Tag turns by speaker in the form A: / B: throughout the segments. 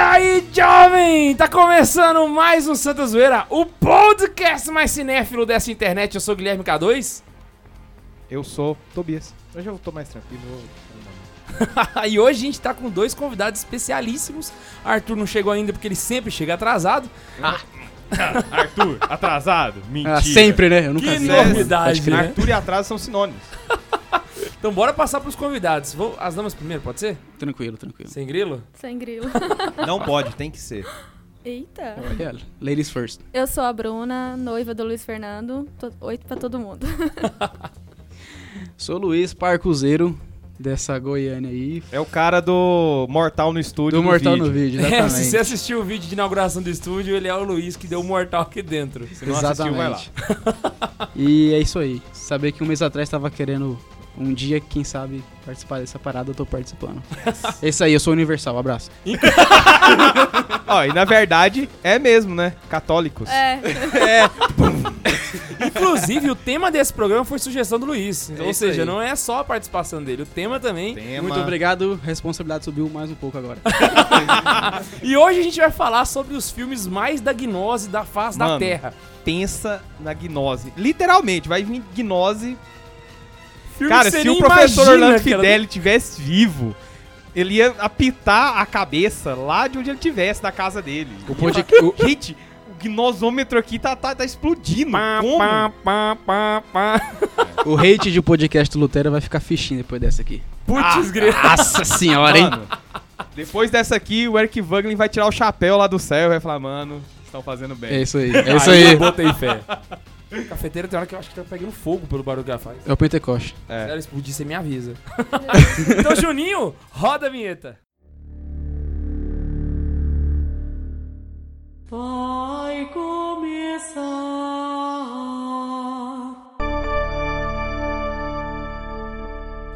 A: aí, jovem? Tá começando mais um Santa Zoeira, o podcast mais cinéfilo dessa internet. Eu sou o Guilherme K2.
B: Eu sou Tobias. Hoje eu tô mais tranquilo. eu-
A: e hoje a gente tá com dois convidados especialíssimos. Arthur não chegou ainda porque ele sempre chega atrasado.
C: Arthur, atrasado? Mentira.
D: Ah, sempre, né? Eu nunca
A: Que
D: sei.
A: novidade,
D: Pode crer.
A: né?
B: Arthur e atraso são sinônimos.
A: Então bora passar pros convidados. Vou- as damas primeiro, pode ser?
D: Tranquilo, tranquilo.
A: Sem grilo?
E: Sem grilo.
B: Não pode, tem que ser.
E: Eita.
D: É, ladies first.
E: Eu sou a Bruna, noiva do Luiz Fernando. Tô- Oito pra todo mundo.
D: Sou Luiz Parcuzeiro, dessa Goiânia aí.
B: É o cara do Mortal no estúdio.
D: Do Mortal
B: vídeo.
D: no
A: É,
D: vídeo,
A: se você
D: exatamente.
A: assistiu o vídeo de inauguração do estúdio, ele é o Luiz que deu o mortal aqui dentro.
B: Se não assistiu, vai lá.
D: Exatamente. E é isso aí. Saber que um mês atrás tava querendo um dia, quem sabe, participar dessa parada, eu tô participando. é isso aí, eu sou universal, abraço.
B: Ó, e na verdade, é mesmo, né? Católicos.
E: É.
A: Inclusive, o tema desse programa foi sugestão do Luiz.
B: É
A: Ou
B: isso
A: seja,
B: aí.
A: não é só a participação dele, o tema também.
B: Tema.
D: Muito obrigado, responsabilidade subiu mais um pouco agora.
A: E hoje a gente vai falar sobre os filmes mais da gnose da face da
B: Mano.
A: Terra.
B: Pensa na gnose. Literalmente, vai vir gnose.
A: Filme
B: cara,
A: que você
B: se o
A: nem
B: professor
A: imagina,
B: Orlando
A: cara.
B: Fidel tivesse vivo, ele ia apitar a cabeça lá de onde ele tivesse, da casa dele.
D: O podcast.
B: Gente, o gnosômetro aqui tá, tá, tá explodindo.
A: Pá,
B: Como?
A: pá, pá, pá, pá.
D: O hate de podcast Lutero vai ficar fichinho depois dessa aqui.
B: Ah,
A: Putz, grilo.
D: Nossa senhora,
B: Mano, depois dessa aqui, o Eric Wagner vai tirar o chapéu lá do céu e vai falar, mano, estão fazendo
D: É
B: bem.
D: isso aí, é isso
A: Eu
D: aí.
A: botei fé. A cafeteira tem hora que eu acho que tá pegando fogo pelo barulho que ela faz.
D: É o Pentecoste.
A: Se
B: É.
A: ela explodir, você me avisa. então, Juninho, roda a vinheta.
F: Vai começar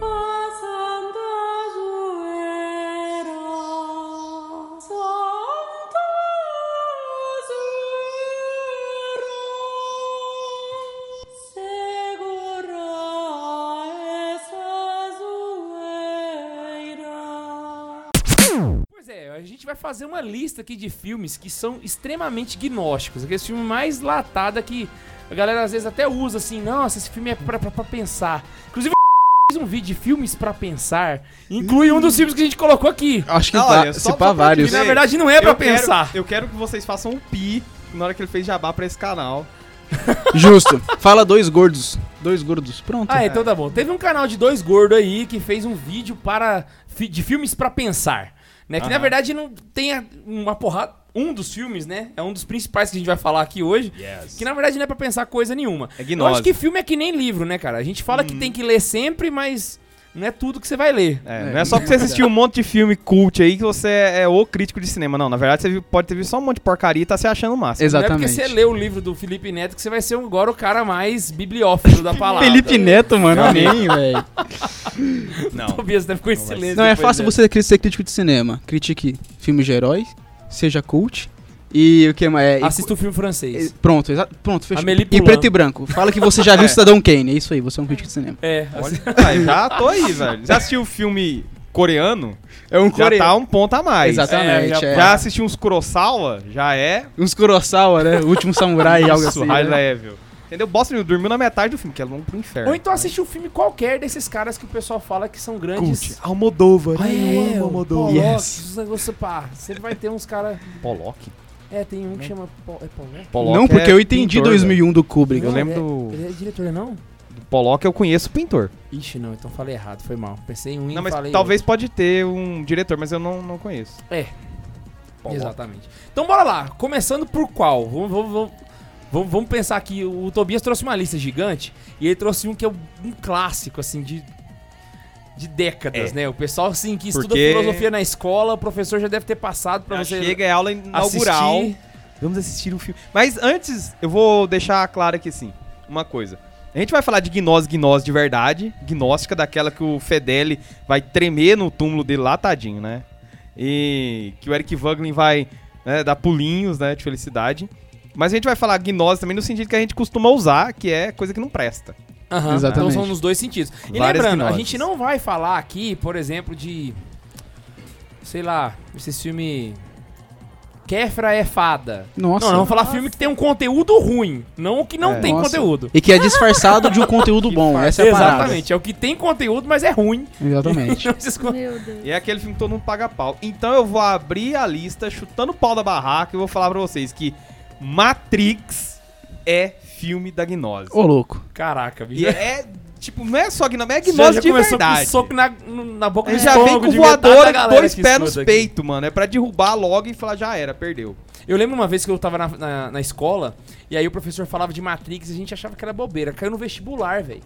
F: passando a zoeira, Santa Zoeira. Segura essa zoeira.
A: Pois é, a gente vai fazer uma lista aqui de filmes que são extremamente gnósticos. Aquele filme mais latada que a galera às vezes até usa assim, nossa, esse filme é pra, pra, pra pensar. Inclusive, o fez um vídeo de filmes pra pensar. Inclui um dos filmes que a gente colocou aqui.
D: Acho que
B: Ah,
D: dá-
B: olha, só-
D: se pá
B: só pra
D: vários.
A: Que na verdade não é pra
B: Eu quero-
A: pensar.
B: eu quero que vocês façam um pi na hora que ele fez jabá pra esse canal. É
D: Justo. Fala dois gordos. Dois gordos. Pronto.
A: Ah, então tá bom. Teve um canal de dois gordos aí que fez um vídeo para fi- de filmes pra pensar, né? Que na
B: Aham.
A: verdade não tem a- uma porrada um dos filmes, né? É um dos principais que a gente vai falar aqui hoje. Que na verdade não é pra pensar coisa nenhuma.
B: É
A: Eu
B: gnose.
A: acho que filme é que nem livro, né, cara? A gente fala que tem que ler sempre, mas não é tudo que você vai ler.
B: É,
D: É,
B: não é só porque você assistiu um monte de filme cult aí que você é o crítico de cinema. Não, na verdade você viu- pode ter visto só um monte de porcaria e tá se achando massa.
A: Não é
D: Exatamente.
A: porque você lê o livro do Felipe Neto que você vai ser um agora o cara mais bibliófilo da palavra.
D: Felipe Neto, mano, nem, velho.
B: Não.
A: Tobias deve ficou em silêncio.
D: Não é
A: depois
D: fácil
A: dessa.
D: você cri- ser crítico de cinema. Critique filmes de herói, seja cult. E o que mais? É, e-
A: Assista o filme
D: e-
A: francês.
D: Pronto, exa- pronto, fechou.
A: Amélie
D: E
A: Poulain.
D: preto e branco. Fala que você já viu Cidadão Kane. É isso aí, você é um crítico de cinema.
A: É,
B: Olha, ah, já tô aí, velho. Já assistiu o filme coreano?
D: É um
B: Já tá um ponto a mais.
D: Exatamente.
A: É,
D: é.
B: Já assistiu uns Kurosawa? Já é
D: Uns Kurosawa, né? O Último Samurai, algo
B: Isso,
D: assim.
B: high
D: né?
B: level. Entendeu? Bosta nenhuma, dormiu na metade do filme, que é longo pro inferno.
A: Ou então assiste um filme qualquer desses caras que o pessoal fala que são grandes.
D: né?
B: Almodóvar.
A: Ah, é, o Pollock,
D: Yes.
A: os negócios pá. Sempre vai ter uns caras.
B: Pollock? é
A: É, tem um que chama. Po- É Pollock?
D: Não, porque eu entendi 2001 do Kubrick. né?
B: Eu
A: Não,
B: lembro
A: é-
B: do-
A: Ele é diretor, não?
B: Pollock eu conheço o pintor.
A: Ixi, não, então falei errado, foi mal. Pensei em um
B: Não,
A: e
B: mas
A: falei.
B: talvez pode ter um diretor, mas eu não, não conheço.
A: outro. Exatamente. Então bora lá, começando por qual? Vamos, vamos, vamos, vamos- vamos pensar aqui. O Tobias trouxe uma lista gigante e ele trouxe um que é um, um clássico, assim, de. De décadas,
B: É.
A: né? O pessoal, assim, que estuda
B: Porque-
A: filosofia na escola, o professor já deve ter passado pra
B: Já
A: você.
B: Chega, é aula inaugural.
A: assistir.
B: Vamos assistir o filme. Mas antes, eu vou deixar claro aqui, assim, uma coisa. A gente vai falar de gnose, gnose de verdade, gnóstica, daquela que o Fedeli vai tremer no túmulo dele lá, tadinho, né? E que o Eric Wagner vai né, dar pulinhos, né, de felicidade. Mas a gente vai falar gnose também no sentido que a gente costuma usar, que é coisa que não presta.
A: Aham,
D: Exatamente.
A: Então são nos dois sentidos. E
B: Várias
A: lembrando, a
B: gnoses.
A: gente não vai falar aqui, por exemplo, de. Sei lá, esses filmes Kefra é fada.
D: Nossa.
A: Não, não, vamos falar filme que tem um conteúdo ruim, não o que não
B: É.
A: tem
D: Nossa.
A: conteúdo.
D: E que é disfarçado de um conteúdo bom. Essa é a parada.
A: Exatamente, é o que tem conteúdo, mas é ruim.
D: Exatamente.
A: Não se esconde.
E: Meu Deus.
B: E é aquele filme que todo mundo paga pau. Então eu vou abrir a lista chutando o pau da barraca e vou falar pra vocês que Matrix é filme da gnose.
D: Ô, louco.
A: Caraca, bicho.
B: E é, tipo, não é só gnose, é
A: Já-
B: gnose
A: já
B: de
A: começou
B: verdade.
A: com um soco na, na boca
B: Ele
A: do
B: já vem
A: estômago
B: com
A: de metade da
B: voadora,
A: galera
B: dois
A: que
B: pés nos
A: escuta aqui.
B: peitos, mano. É pra derrubar logo e falar, já era, perdeu.
A: Eu lembro uma vez que eu tava na, na, na escola, e aí o professor falava de Matrix e a gente achava que era bobeira. Caiu no vestibular, velho.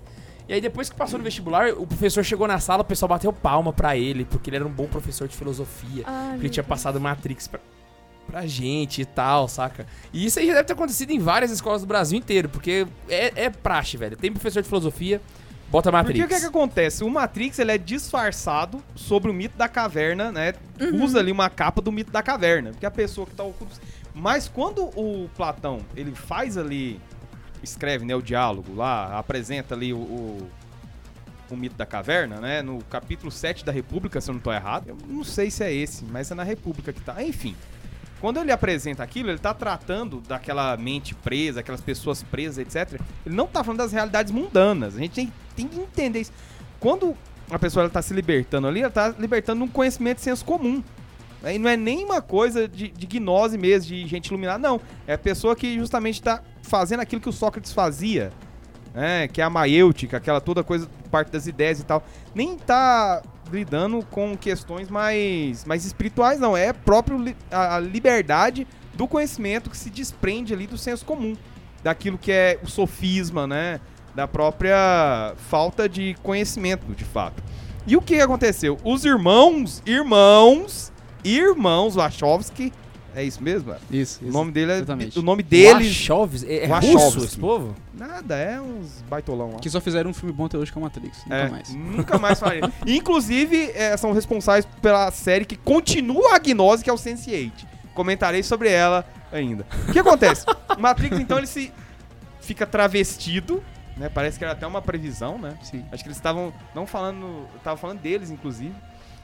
A: E aí depois que passou no vestibular, o professor chegou na sala, o pessoal bateu palma pra ele, porque ele era um bom professor de filosofia.
E: Ai,
A: Porque
E: meu
A: ele tinha
E: Deus.
A: passado Matrix pra, pra gente e tal, saca? E isso aí já deve ter acontecido em várias escolas do Brasil inteiro, porque é, é praxe, velho. Tem professor de filosofia, bota Matrix.
B: Porque o que, é que acontece? O Matrix ele é disfarçado sobre o mito da caverna, né? Usa ali uma capa do mito da caverna, porque a pessoa que tá oculta. Mas quando o Platão ele faz ali, escreve né, o diálogo lá, apresenta ali o, o, o mito da caverna, né? No capítulo 7 da República, se eu não tô errado. Eu não sei se é esse, mas é na República que tá. Enfim. Quando ele apresenta aquilo, ele tá tratando daquela mente presa, aquelas pessoas presas, etc. Ele não tá falando das realidades mundanas. A gente tem, tem que entender isso. Quando a pessoa ela tá se libertando ali, ela tá libertando um conhecimento de senso comum. Né? E não é nem uma coisa de, de gnose mesmo, de gente iluminada, não. É a pessoa que justamente tá fazendo aquilo que o Sócrates fazia, né? Que é a maiêutica, aquela toda coisa, parte das ideias e tal. Nem tá lidando com questões mais, mais espirituais, não. É próprio li- a, a liberdade do conhecimento que se desprende ali do senso comum. Daquilo que é o sofisma, né? Da própria falta de conhecimento, de fato. E o que aconteceu? Os irmãos, irmãos, irmãos Wachowski, é isso mesmo?
D: Isso,
B: O
D: isso.
B: nome dele é,
D: exatamente.
B: o nome deles
A: Wachowski? É, é
B: Wachowski.
A: russo esse povo?
B: Nada, é uns baitolão lá.
D: Que só fizeram um filme bom até hoje que é o Matrix. Nunca
B: É,
D: mais.
B: Nunca mais falei. Inclusive, eh, são responsáveis pela série que continua a gnose, que é o Sense8. Comentarei sobre ela ainda. O que acontece? Matrix, então, ele se fica travestido, né? Parece que era até uma previsão, né?
D: Sim.
B: Acho que eles estavam não falando, tava falando deles inclusive.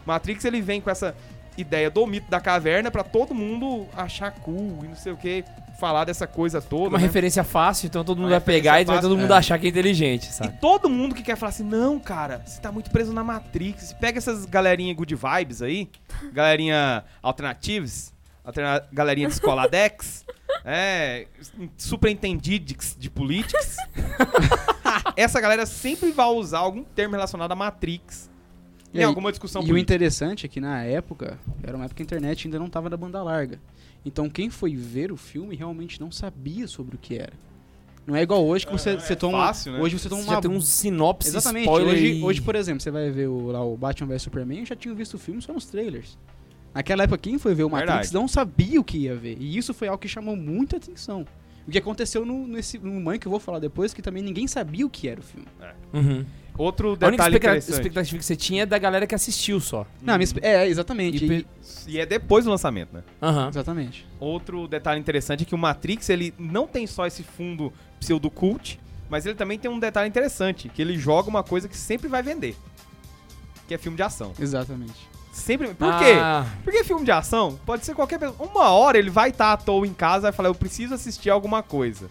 B: Matrix ele vem com essa ideia do mito da caverna pra todo mundo achar cool e não sei o que, falar dessa coisa toda.
A: Uma
B: né?
A: referência fácil, então todo mundo
B: Uma
A: vai pegar e
B: referência
A: vai todo
B: fácil,
A: mundo
B: é.
A: achar que é inteligente,
B: E
D: Tá.
A: sabe?
B: todo mundo que quer falar assim, não, cara, você tá muito preso na Matrix. Pega essas galerinha good vibes aí, galerinha alternatives, alterna galerinha descoladex, é, superentendidix de politics. Essa galera sempre vai usar algum termo relacionado à Matrix em
D: E aí-
B: alguma discussão
D: E o interessante é que na época, era uma época que a internet ainda não tava na banda larga. Então quem foi ver o filme realmente não sabia sobre o que era. Não é igual hoje que você, você toma.
B: fácil, né?
D: Hoje você toma
A: Você
D: uma.
A: já tem um sinopse,
D: Exatamente.
A: spoiler
D: Hoje,
A: e-
D: hoje, por exemplo, você vai ver o, lá o Batman vs Superman, eu já tinha visto o filme só nos trailers. Naquela época, quem foi ver o Matrix
B: Verdade.
D: não sabia o que ia ver. E isso foi algo que chamou muita atenção. O que aconteceu no, nesse, no mãe que eu vou falar depois, que também ninguém sabia o que era o filme.
A: Uhum.
B: Outro
A: A única
B: detalhe
A: expecta-
B: interessante.
A: expectativa que você tinha é da galera que assistiu só.
D: Não, mas- é, exatamente.
A: E pe-
D: e-
B: E é depois do lançamento, né?
A: Aham.
D: exatamente.
B: Outro detalhe interessante é que o Matrix, ele não tem só esse fundo pseudo-cult, mas ele também tem um detalhe interessante, que ele joga uma coisa que sempre vai vender, que é filme de ação.
D: Exatamente.
B: Sempre... Por
A: Ah,
B: quê? Porque filme de ação pode ser qualquer pessoa. Uma hora ele vai estar à toa em casa e vai falar, eu preciso assistir alguma coisa.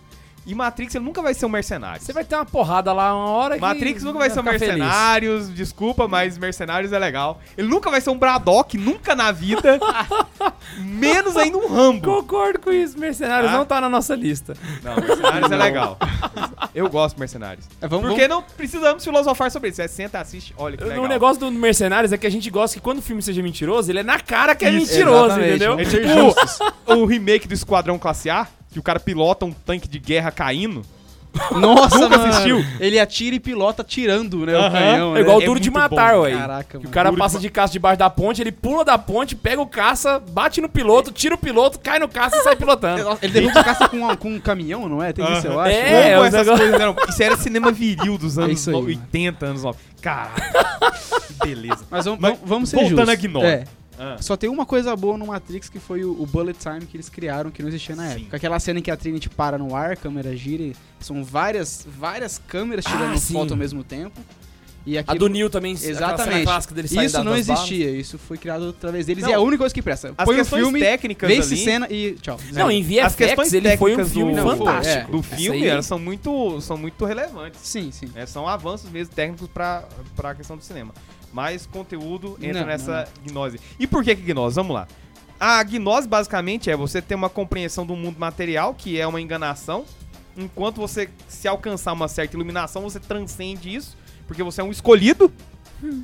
B: E Matrix, ele nunca vai ser um mercenário.
A: Você vai ter uma porrada lá uma hora que...
B: Matrix nunca vai ser um
A: ficar feliz.
B: Mercenários, desculpa, mas Mercenários é legal. Ele nunca vai ser um Braddock, nunca na vida. menos ainda um Rambo.
A: Concordo com isso, Mercenários
B: Ah.
A: não tá na nossa lista.
B: Não, Mercenários é legal. Eu gosto de Mercenários.
D: É, vamos,
B: Porque não precisamos filosofar sobre isso. É senta, assiste, olha que legal.
A: O negócio do Mercenários é que a gente gosta que quando o filme seja mentiroso, ele é na cara que é
D: Isso,
A: mentiroso,
D: exatamente.
A: entendeu?
B: É tipo o remake do Esquadrão Classe A, que o cara pilota um tanque de guerra caindo.
D: vamos- Nossa,
B: Nunca
D: mano.
B: assistiu?
D: Ele atira e pilota tirando, né, o
B: Aham.
D: canhão,
A: É igual o
B: É
A: Duro de
B: muito bom.
A: Matar,
D: né?
A: ué.
D: Caraca,
A: Que o
D: mano.
A: cara
B: Duro de
A: passa de caça debaixo da ponte, ele pula da ponte, pega o caça, bate no piloto, tira o piloto, cai no caça e sai pilotando.
D: Ele derruba a caça com, com um caminhão, não é? Tem isso, eu acho.
A: É,
B: Como
A: os
B: essas
A: negócio-
B: coisas eram- Isso era cinema viril dos
D: É
B: anos
D: isso aí,
B: no-
D: mano.
B: 80, anos 90. Caralho. que Beleza.
D: Mas vamos,
B: Mas
D: vamos- vamos ser
B: voltando
D: justos.
B: a Gnome.
D: É.
B: Ah.
D: Só tem uma coisa boa no Matrix que foi o, o bullet time que eles criaram que não existia na época. Aquela cena em que a Trinity para no ar, a câmera gira, e são várias várias câmeras tirando
A: Ah, sim.
D: foto ao mesmo tempo. E
A: A
D: aquilo-
A: do Neil também, aquela cena
D: Exatamente.
A: clássica dele saindo
D: Isso
A: da-
D: não
A: das balas.
D: existia, isso foi criado através deles
B: Não.
D: e é a única coisa que presta.
B: As
D: Põe o
B: questões
D: filme,
B: técnicas
D: vence
B: ali-
D: cena e tchau.
A: Não, em
B: As questões
A: VFX ele foi um
B: técnicas
A: filme
B: do,
A: fantástico.
B: é, do
A: Essa
B: filme,
A: aí-
B: elas são muito, são muito relevantes.
D: Sim, sim.
B: né? São avanços mesmo técnicos pra pra questão do cinema. Mas conteúdo entra
D: Não,
B: nessa gnose. E por que, que gnose? Vamos lá. A gnose basicamente é você ter uma compreensão do mundo material, que é uma enganação. Enquanto você se alcançar uma certa iluminação, você transcende isso, porque você é um escolhido.
D: Hum.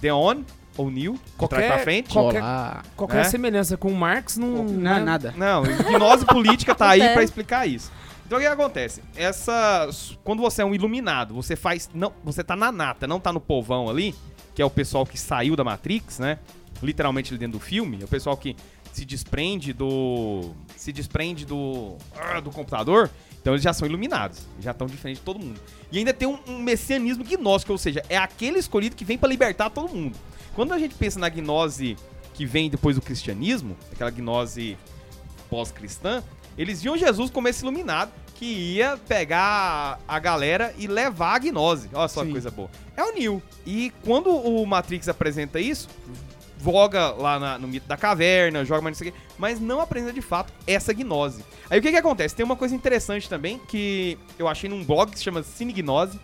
B: Deon ou Neil, que traz pra frente.
A: Qualquer- um, né?
D: Olá.
A: Qualquer
B: né?
A: semelhança com o Marx não. é
D: Na-
A: não-
D: nada.
B: Não, gnose política tá aí
E: Acontece.
B: pra explicar isso. Então o que acontece? Essa quando você é um iluminado, você faz não, você tá na nata, não tá no povão ali, que é o pessoal que saiu da Matrix, né? Literalmente ali dentro do filme, é o pessoal que se desprende do se desprende do ah, do computador. Então eles já são iluminados, já estão diferente de todo mundo. E ainda tem um, um messianismo gnóstico, ou seja, é aquele escolhido que vem pra libertar todo mundo. Quando a gente pensa na gnose que vem depois do cristianismo, aquela gnose pós-cristã, eles viam Jesus como esse iluminado que ia pegar a galera e levar a gnose. Olha só que
D: Sim.
B: coisa boa. É o Neo. E quando o Matrix apresenta isso, voga lá na- no mito da caverna, joga mais não sei o quê, mas não apresenta de fato essa gnose. Aí o que que acontece? Tem uma coisa interessante também que eu achei num blog que se chama Cinegnose.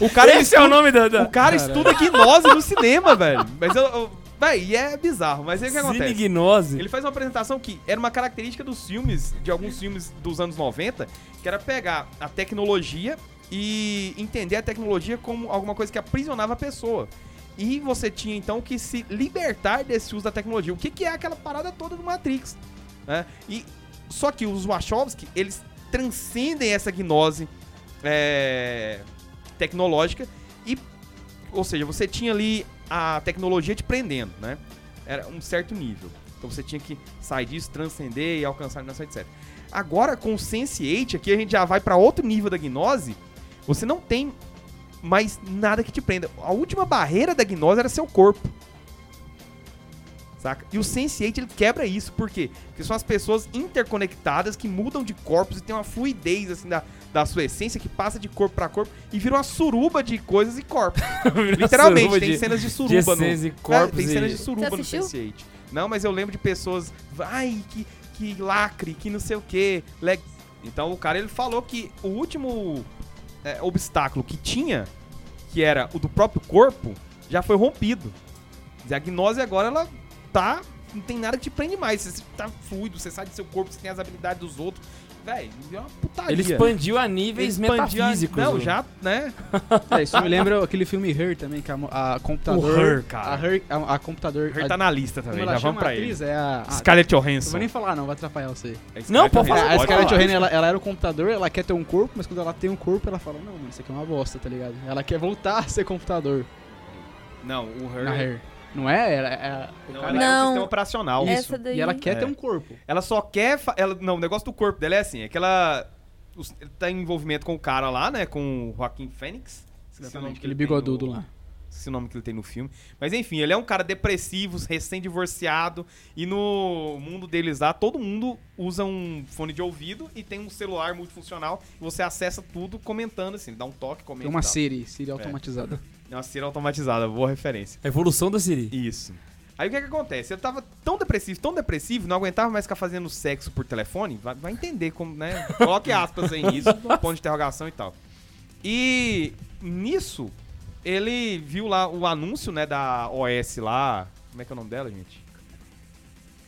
B: o cara ele
A: Esse é o nome da. da...
B: o cara estuda gnose no cinema, velho. Mas eu. eu véi, e é bizarro. Mas aí o que acontece?
A: Zinignose.
B: Ele faz uma apresentação que era uma característica dos filmes, de alguns filmes dos anos 90, que era pegar a tecnologia e entender a tecnologia como alguma coisa que aprisionava a pessoa. E você tinha então que se libertar desse uso da tecnologia. O que, que é aquela parada toda do Matrix? né? E, só que os Wachowski, eles transcendem essa gnose é, tecnológica e, ou seja, você tinha ali a tecnologia te prendendo, né? Era um certo nível. Então você tinha que sair disso, transcender e alcançar a iluminação, etc. Agora, com o Sense8, aqui a gente já vai pra outro nível da gnose. Você não tem mais nada que te prenda. A última barreira da gnose era seu corpo. Saca? E o Sense8 ele quebra isso, por quê? Porque são as pessoas interconectadas que mudam de corpos e tem uma fluidez assim da, da sua essência que passa de corpo pra corpo e vira uma suruba de coisas e corpos. Literalmente, tem cenas de
A: de
B: suruba no,
A: essência e
B: Cara,
A: corpos
B: tem cenas de
A: e...
B: suruba
E: Você
B: no
E: assistiu?
B: Sense8. Não, mas eu lembro de pessoas. Ai, que, que lacre, que não sei o quê. le-". Então o cara ele falou que o último é, obstáculo que tinha, que era o do próprio corpo, já foi rompido. Quer dizer, A gnose agora ela tá. Não tem nada que te prende mais. Você tá fluido, você sai do seu corpo, você tem as habilidades dos outros. Véi, é uma putaria.
A: Ele expandiu a níveis
B: Ele expandia-
A: metafísicos.
B: Não,
A: o-
B: já, né?
D: É, isso me lembra aquele filme Her também, que a, mo- a computador.
B: O Her, cara.
D: A Her, a, a computador.
B: Ele
D: a-
B: tá na lista
D: como
B: também,
D: ela
B: já
D: chama
B: vamos pra
D: a
B: ele.
D: atriz? É a. ah,
B: Scarlett
D: não
B: Johansson.
D: vou nem falar, não, vai atrapalhar você.
B: É Scarlett
A: Não, pode
B: Johansson,
A: falar.
D: a
B: pode
D: Scarlett
B: falar.
D: Johansson, ela, ela era o computador, ela quer ter um corpo, mas quando ela tem um corpo, ela fala: Não, mano, isso aqui é uma bosta, tá ligado? Ela quer voltar a ser computador
B: Não, o Her.
D: na Hair. é- Não é? Ela, é-
B: Não,
D: o
B: ela
D: cara-
E: Não.
B: é um sistema operacional.
E: Isso. Essa daí-
D: E ela quer
B: É.
D: ter um corpo.
B: Ela só quer. fa- Ela, não, o negócio do corpo dela é assim: é que ela os- tá em envolvimento com o cara lá, né? Com o Joaquim Fênix. Esqueci o nome
D: Exatamente,
B: que
D: aquele
B: ele tem
D: bigodudo
B: no-
D: lá.
B: Esqueci o nome que ele tem no filme. Mas enfim, ele é um cara depressivo, recém-divorciado. E no mundo deles lá, todo mundo usa um fone de ouvido e tem um celular multifuncional. E você acessa tudo comentando, assim, dá um toque, comenta.
D: Tem uma
B: e tal.
D: série, série automatizada.
B: É uma cera automatizada, boa referência.
A: A evolução da Siri.
B: Isso. Aí o que é que acontece? Eu tava tão depressivo, tão depressivo, não aguentava mais ficar fazendo sexo por telefone. Vai, vai entender como, né? Coloque aspas aí nisso, ponto de interrogação e tal. E nisso, ele viu lá o anúncio, né, da OS lá. Como é que é o nome dela, gente?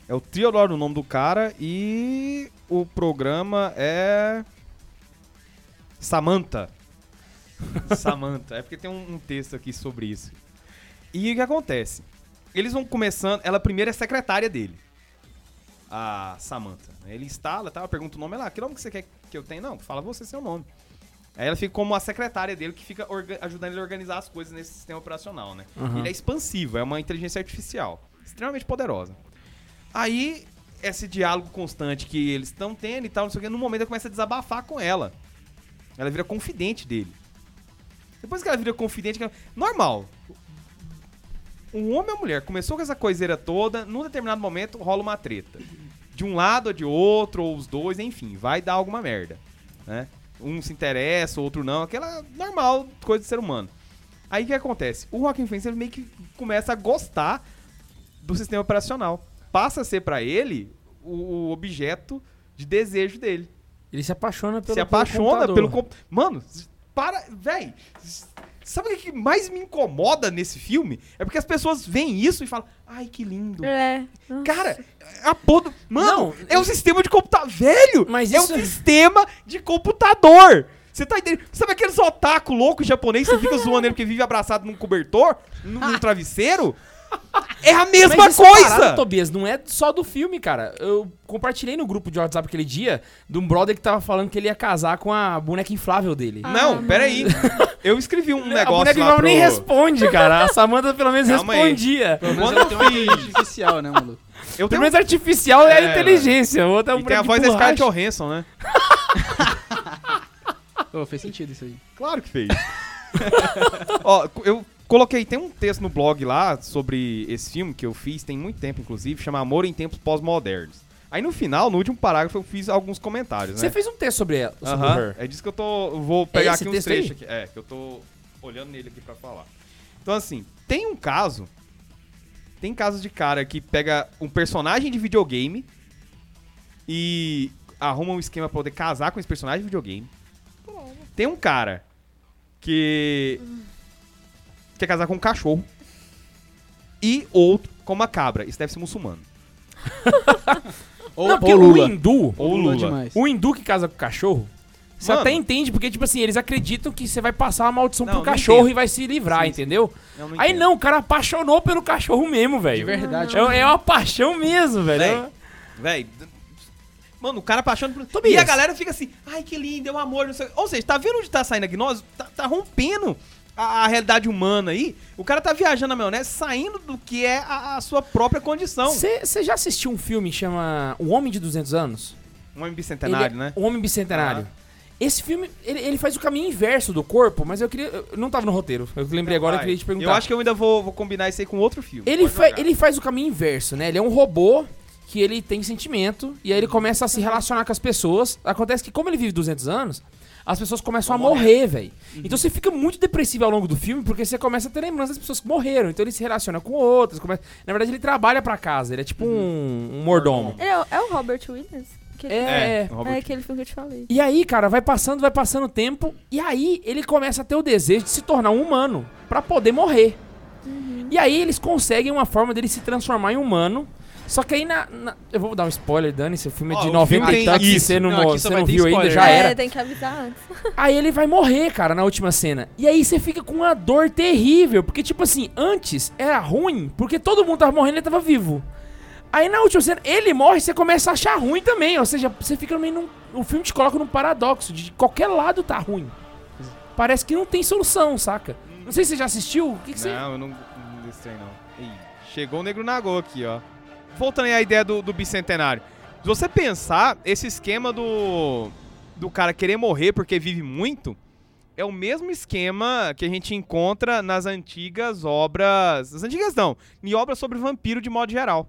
B: É o Theodore o nome do cara e o programa é Samantha. Samantha. É porque tem um, um texto aqui sobre isso. E o que acontece? Eles vão começando. Ela primeiro é secretária dele. A Samantha. né? Ele instala, tá? Ela pergunta o nome ela, que nome que você quer que eu tenha? Não, fala você seu nome. Aí ela fica como a secretária dele que fica orga- ajudando ele a organizar as coisas nesse sistema operacional, né?
A: Aham.
B: Ele é expansivo, é uma inteligência artificial. Extremamente poderosa. Aí, esse diálogo constante que eles estão tendo e tal, não sei o que, no momento ele começa a desabafar com ela. Ela vira confidente dele. Depois que ela vira confidente, que ela- normal. Um homem ou mulher começou com essa coiseira toda, num determinado momento rola uma treta. De um lado ou de outro, ou os dois, enfim, vai dar alguma merda. Né? Um se interessa, outro não, aquela normal coisa de ser humano. Aí o que acontece? O Rockenstein ele meio que começa a gostar do sistema operacional. Passa a ser pra ele o, o objeto de desejo dele.
A: Ele se apaixona pelo
B: se apaixona pelo,
A: computador.
B: comp... Mano, s- para, véi. s- Sabe o que que mais me incomoda nesse filme? É porque as pessoas veem isso e falam: "Ai, que lindo".
E: É.
B: Cara, a porra do... Mano,
A: Não,
B: é um sistema de computador. Velho,
A: Mas
B: é
A: isso-
B: um sistema de computador. Você tá entendendo? Sabe aqueles otaku louco japonês que fica zoando ele porque vive abraçado num cobertor, num,
A: Ah.
B: num travesseiro? É a mesma
A: Mas essa
B: coisa.
A: parada, Tobias, não é só do filme, cara. Eu compartilhei no grupo de WhatsApp aquele dia de um brother que tava falando que ele ia casar com a boneca inflável dele.
B: Não, peraí. Eu escrevi Ah, um
A: Ah, a boneca
B: negócio lá
A: inflável
B: pro...
A: nem responde, cara. A Samanta pelo menos
B: Calma aí.
A: respondia.
D: Pelo menos
B: Quando
D: ela
B: eu
D: tem uma inteligência artificial, né, maluco?
B: Eu
A: Pelo
B: tenho...
A: menos artificial é,
B: um É,
A: a inteligência. O outro é um
B: E tem a
A: boneco
B: voz
A: de
B: da Scarlett
A: borracha.
B: Johansson, né?
D: Ô, fez sentido isso aí.
C: Claro que fez.
B: Ó, co- eu coloquei, tem um texto no blog lá sobre esse filme que eu fiz, tem muito tempo, inclusive, chama Amor em Tempos Pós-Modernos. Aí no final, no último parágrafo, eu fiz alguns comentários,
A: Você
B: né?
A: fez um texto sobre ela. sobre
B: Aham.
A: her.
B: É disso que eu tô. eu Vou pegar
A: esse
B: aqui uns
A: texto
B: trechos aqui. É, que eu tô olhando nele aqui pra falar. Então, assim, tem um caso. Tem casos de cara que pega um personagem de videogame e arruma um esquema pra poder casar com esse personagem de videogame. Tem um cara que quer casar com um cachorro e outro com uma cabra. Isso deve ser muçulmano.
D: Ou,
A: não, porque
D: ou
A: o hindu,
B: Ou
D: é Lula
B: Lula.
D: demais.
A: o hindu que casa com cachorro, você
B: Mano.
A: até entende, porque, tipo assim, eles acreditam que você vai passar uma maldição
B: Não,
A: pro
B: não
A: cachorro
B: entendo.
A: e vai se livrar,
B: Sim, sim.
A: entendeu?
B: Eu
A: Aí
B: entendo.
A: não, o cara apaixonou pelo cachorro mesmo,
D: De
A: velho.
D: verdade.
A: É, é uma paixão mesmo, velho.
B: Véi. Véi. d- Mano, o cara apaixonado por.
A: Tobias.
B: E a galera fica assim, ai que lindo, é um amor, não sei. o quê." Ou seja, tá vendo onde tá saindo a gnose? Tá, tá rompendo a, a realidade humana aí. O cara tá viajando na maionese, saindo do que é a, a sua própria condição.
A: Você já assistiu um filme que chama O Homem de 200 Anos?
B: Um homem bicentenário,
A: Ele é
B: né?
A: O Homem Bicentenário. Esse filme, ele, ele faz o caminho inverso do corpo, mas eu queria. Eu não tava no roteiro. Eu lembrei agora, eu
B: Então Vai.
A: queria te perguntar.
B: Eu acho que eu ainda vou, vou combinar isso aí com outro filme.
A: Ele,
B: Pode
A: fa-
B: jogar.
A: ele faz o caminho inverso, né? Ele é um robô que ele tem sentimento e aí ele começa a se relacionar com as pessoas. Acontece que como ele vive 200 anos, as pessoas começam a morrer, velho.
B: Uhum.
A: Então você fica muito depressivo ao longo do filme porque você começa a ter lembrança das pessoas que morreram. Então ele se relaciona com outras. começa- Na verdade, ele trabalha pra casa. Ele é tipo
B: Uhum.
A: um, um mordomo.
E: Ele é, o- é o Robert Williams? Que
A: É.
B: É,
A: é.
B: Robert.
E: é aquele filme que eu te falei.
A: E aí, cara, vai passando, vai passando o tempo, e aí ele começa a ter o desejo de se tornar um humano pra poder morrer. E aí eles conseguem uma forma dele se transformar em humano. Só que aí na. na- eu vou dar um spoiler, Dani, esse filme é
B: Ó,
A: de
B: o
A: 90
B: filme
A: e
B: tem
A: tantos,
B: isso.
A: você não,
D: Não, aqui
A: você
D: só vai
A: não
D: ter
A: viu ainda,
D: spoiler.
A: já
E: é,
A: era.
E: tem que avisar antes.
A: Aí ele vai morrer, cara, na última cena. E aí você fica com uma dor terrível, porque, tipo assim, antes era ruim, porque todo mundo tava morrendo e ele tava vivo. Aí na última cena, ele morre e você começa a achar ruim também. Ou seja, você fica meio num. O filme te coloca num paradoxo de qualquer lado tá ruim. Parece que não tem solução, saca? Não sei se você já assistiu. O que, que você.
B: Não, eu não, não desse trem, não. Ih, chegou o Negro Nagô aqui, ó. Voltando aí à ideia do, do bicentenário. Se você pensar, esse esquema do, do cara querer morrer porque vive muito é o mesmo esquema que a gente encontra nas antigas obras. Nas antigas não, em obras sobre vampiro de modo geral.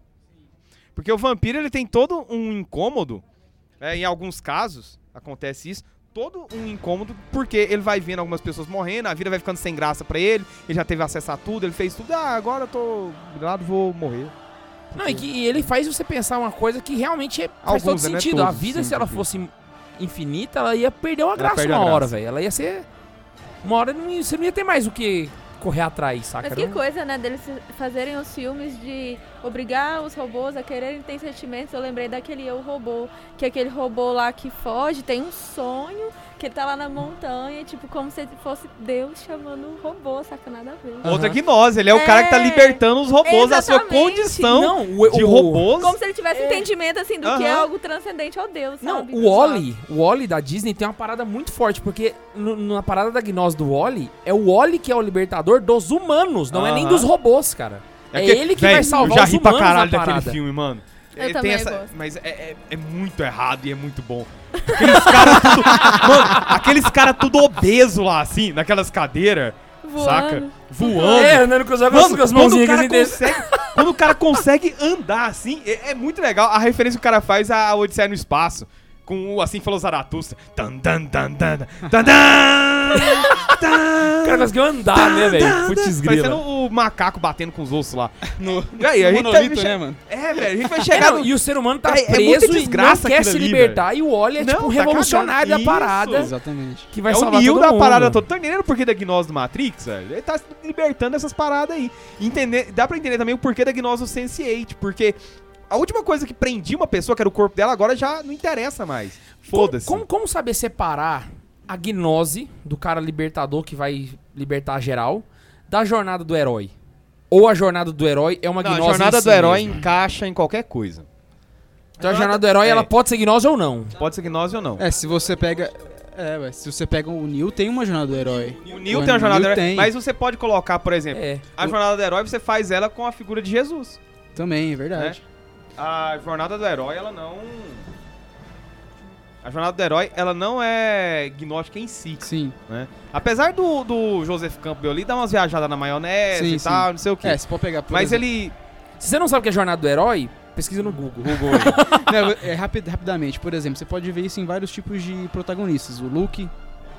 B: Porque o vampiro ele tem todo um incômodo, é, em alguns casos acontece isso, todo um incômodo porque ele vai vendo algumas pessoas morrendo, a vida vai ficando sem graça pra ele, ele já teve acesso a tudo, ele fez tudo, ah, agora eu tô grilado, vou morrer.
A: Não, e, que, e ele faz você pensar uma coisa que realmente é- faz
B: Alguns,
A: todo
B: né? Não é
A: sentido. a
B: todos,
A: vida,
B: sim,
A: se ela
B: porque-
A: fosse infinita, ela ia perder uma
B: Ela
A: graça
B: perde
A: uma
B: a graça.
A: hora, velho. Ela ia ser. Uma hora não ia- você não ia ter mais o que correr atrás, saca?
E: Mas que
A: Não-
E: coisa, né, deles fazerem os filmes de obrigar os robôs a quererem ter sentimentos. Eu lembrei daquele Eu Robô, que é aquele robô lá que foge, tem um sonho, que ele tá lá na montanha, tipo, como se fosse Deus chamando o robô, saca? Nada a ver.
A: Aham.
B: Outra que nós, ele é o cara que tá
E: É.
B: libertando os robôs da sua
E: Exatamente.
B: condição
A: não, o,
B: de
A: o-
B: robôs.
E: Como se ele tivesse entendimento, assim, do que é
B: Aham.
E: algo transcendente ao Deus,
A: Não,
E: sabe?
A: o Wally, o Wally da Disney tem uma parada muito forte, porque no- na parada da gnose do Wally, é o Wally que é o libertador dos humanos, não é nem
B: Aham.
A: dos robôs, cara. É,
B: porque-
A: ele que
B: Véi,
A: vai salvar
B: Eu já
A: os
B: ri pra
A: humanos
B: caralho
A: da
B: daquele
A: parada.
B: filme, mano.
E: Eu
B: Ele tem
E: também
B: essa-
E: gosto.
B: Mas é, é- é muito errado e é muito bom. Aqueles caras tudo. Mano, aqueles caras tudo obeso lá, assim, naquelas cadeiras,
E: Voando.
B: saca? Voando.
A: É, andando com as,
B: Mano,
A: com as
B: quando o
A: mãozinhas
B: cara
A: assim desse-
B: consegue, quando o cara consegue andar assim, é, é muito legal. A referência que o cara faz a Odisseia no espaço. com o Assim Falou Zaratustra. Tan, tan, tan, tan, tan, tan, tan.
A: O cara
B: tá
A: conseguiu andar, né, velho? Putz
B: Parecendo
A: grila.
B: o macaco batendo com os ossos lá.
D: No,
B: Aí, a
D: no
B: gente tá-
D: monolito,
B: deixa-
D: né, mano?
B: É, velho, a gente vai
A: É,
B: chegar
A: não,
B: no...
A: e o ser humano tá
B: É- é muita
A: preso e não
B: desgraça
A: quer
B: aquilo
A: se
B: ali,
A: libertar. E o óleo é tipo
B: Não,
A: um
B: tá cagando.
A: revolucionário da
B: Isso.
A: parada.
D: Exatamente.
A: Que vai
B: é o
A: salvar
B: Neo
A: todo
B: da
A: mundo.
B: parada toda. Tá entendendo o porquê da gnose do Matrix, velho? Ele tá se libertando dessas paradas aí. Entender, dá pra entender também o porquê da gnose do Sense8, porque a última coisa que prendia uma pessoa, que era o corpo dela, agora já não interessa mais. Foda-se.
A: Como, como- como saber separar a gnose do cara libertador que vai libertar geral da jornada do herói? Ou a jornada do herói é uma
B: Não, a
A: gnose
B: jornada
A: em si
B: do herói
A: mesmo?
B: encaixa em qualquer coisa.
A: Então a jornada do herói,
B: É.
A: ela pode ser gnose ou não.
B: Tá. Pode ser gnose ou não.
D: É, se você pega. É, ué, se você pega o Neil, tem uma jornada do herói.
B: O Neo tem a jornada do
D: Neil
B: herói,
D: tem.
B: mas você pode colocar, por exemplo,
A: É.
B: a jornada do herói, você faz ela com a figura de Jesus.
D: Também, é verdade.
B: A jornada do herói, ela não... A jornada do herói, ela não é gnóstica em si.
D: Sim.
B: né? Apesar do, do Joseph Campbell ali dar umas viajadas na maionese
D: Sim,
B: e
D: sim.
B: tal, não sei o que.
D: É, você pode pegar. Por
B: Mas
D: exemplo-
B: ele.
A: Se você não sabe o que é jornada do herói, pesquisa no Google.
D: Não, é, rapid- rapidamente, por exemplo, você pode ver isso em vários tipos de protagonistas. O Luke.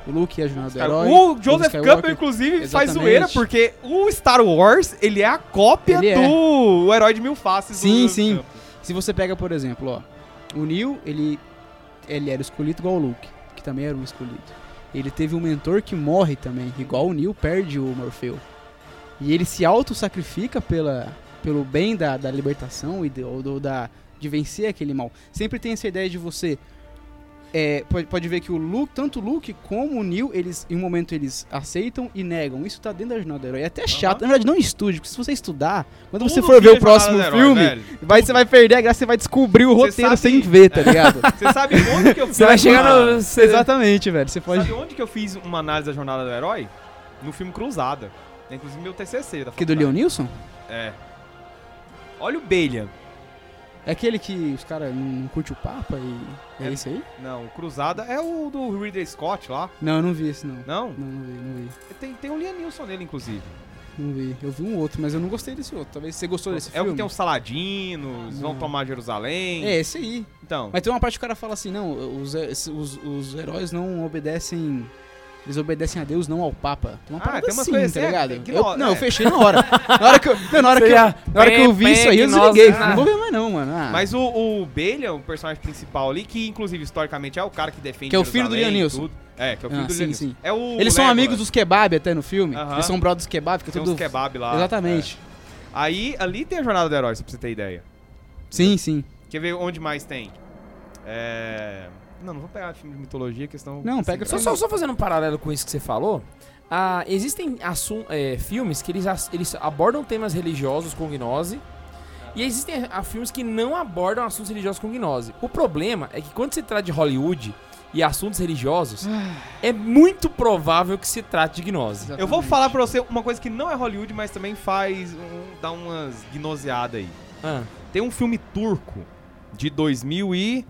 D: O Luke é a jornada do
B: cara,
D: herói.
B: o Joseph
D: Skywalker.
B: Campbell, inclusive, faz
D: Exatamente.
B: zoeira, porque o Star Wars, ele é a cópia
D: Ele é.
B: do o herói de mil faces. do
D: Sim,
B: Joseph
D: sim.
B: Campbell.
D: Se você pega, por exemplo, ó, o Neil, ele, ele era escolhido igual o Luke, que também era um escolhido. Ele teve um mentor que morre também, igual o Neil perde o Morfeu. E ele se auto-sacrifica pela, pelo bem da, da libertação e do, do- da, de vencer aquele mal. Sempre tem essa ideia de você. é, pode, pode ver que o Luke, tanto o Luke como o Neil, eles, em um momento eles aceitam e negam. Isso tá dentro da jornada do herói. É até chato. Na verdade, não estude, porque se você estudar, quando você
B: Tudo
D: for ver
B: vira
D: o próximo
B: é jornada do herói,
D: filme,
B: velho.
D: Vai, você vai perder a graça, você vai descobrir o
B: Você
D: roteiro
B: sabe-
D: sem ver, tá ligado?
B: Você sabe onde que eu fiz.
A: Você vai chegar
B: uma-
A: no... você-
D: Exatamente, velho. Você pode.
B: Sabe onde que eu fiz uma análise da jornada do herói? No filme Cruzada. É, Inclusive meu TCC da
D: Que do
B: faculdade.
D: Leonilson?
B: É. Olha o Belian.
D: É aquele que os caras não, não curte o Papa e. É,
B: É.
D: isso aí?
B: Não, o Cruzada é o do Ridley Scott lá.
D: Não, eu não vi esse não.
B: Não?
D: Não, não vi, não vi.
B: Tem, tem o Liam Neeson nele, inclusive.
D: Não vi. Eu vi um outro, mas eu não gostei desse outro. Talvez você gostou desse
B: É o
D: filme. Ah,
B: que tem os Saladinos, vão
D: Não.
B: tomar Jerusalém.
D: É, esse aí.
B: Então,
D: Mas tem uma parte que o cara fala assim: não, os, esse- os, os heróis não obedecem. Eles obedecem a Deus, não ao Papa. Tem uma
B: Ah,
D: parada
B: tem umas
D: assim,
B: coisas
D: tá
B: assim, é,
D: ligado?
B: é, que
D: Eu-
B: nó-
D: não, eu
B: é.
D: fechei na hora. na hora que eu, não, na hora que eu,
A: já-
D: na hora que eu vi
A: Pé,
D: isso aí, eu
A: pé,
D: desliguei.
A: nossa,
D: Não vou ver mais não, mano. Ah.
B: mas o, o Belian, o personagem principal ali, que inclusive historicamente é o cara que defende
D: Que é o filho do
B: Jerusalém e
D: Liam Neeson.
B: tudo. É, que é o filho
D: Ah,
B: do
D: sim,
B: Liam Neeson.
D: sim.
B: É o
D: Eles são
B: Legolas.
D: amigos dos kebab até no filme.
B: Aham.
D: Eles são brothers kebab, fica
B: Tem
D: tudo.
B: uns kebab lá.
D: Exatamente.
B: É. Aí, ali tem a Jornada do Herói, só pra você ter ideia.
D: Sim, sim.
B: Quer ver onde mais tem? É... Não, não vou pegar filme de mitologia, que senão... assim,
D: Não, pega
A: Só,
B: só...
A: só, só fazendo um paralelo com isso que você falou, ah, existem assun- é, filmes que eles, ass- eles abordam temas religiosos com gnose e existem ah, filmes que não abordam assuntos religiosos com gnose. O problema é que quando se trata de Hollywood e assuntos religiosos, é muito provável que se trate de gnose.
B: Eu vou falar pra você uma coisa que não é Hollywood, mas também faz... Um, dá umas gnoseadas aí.
A: Ah,
B: Tem um filme turco de 2000 e...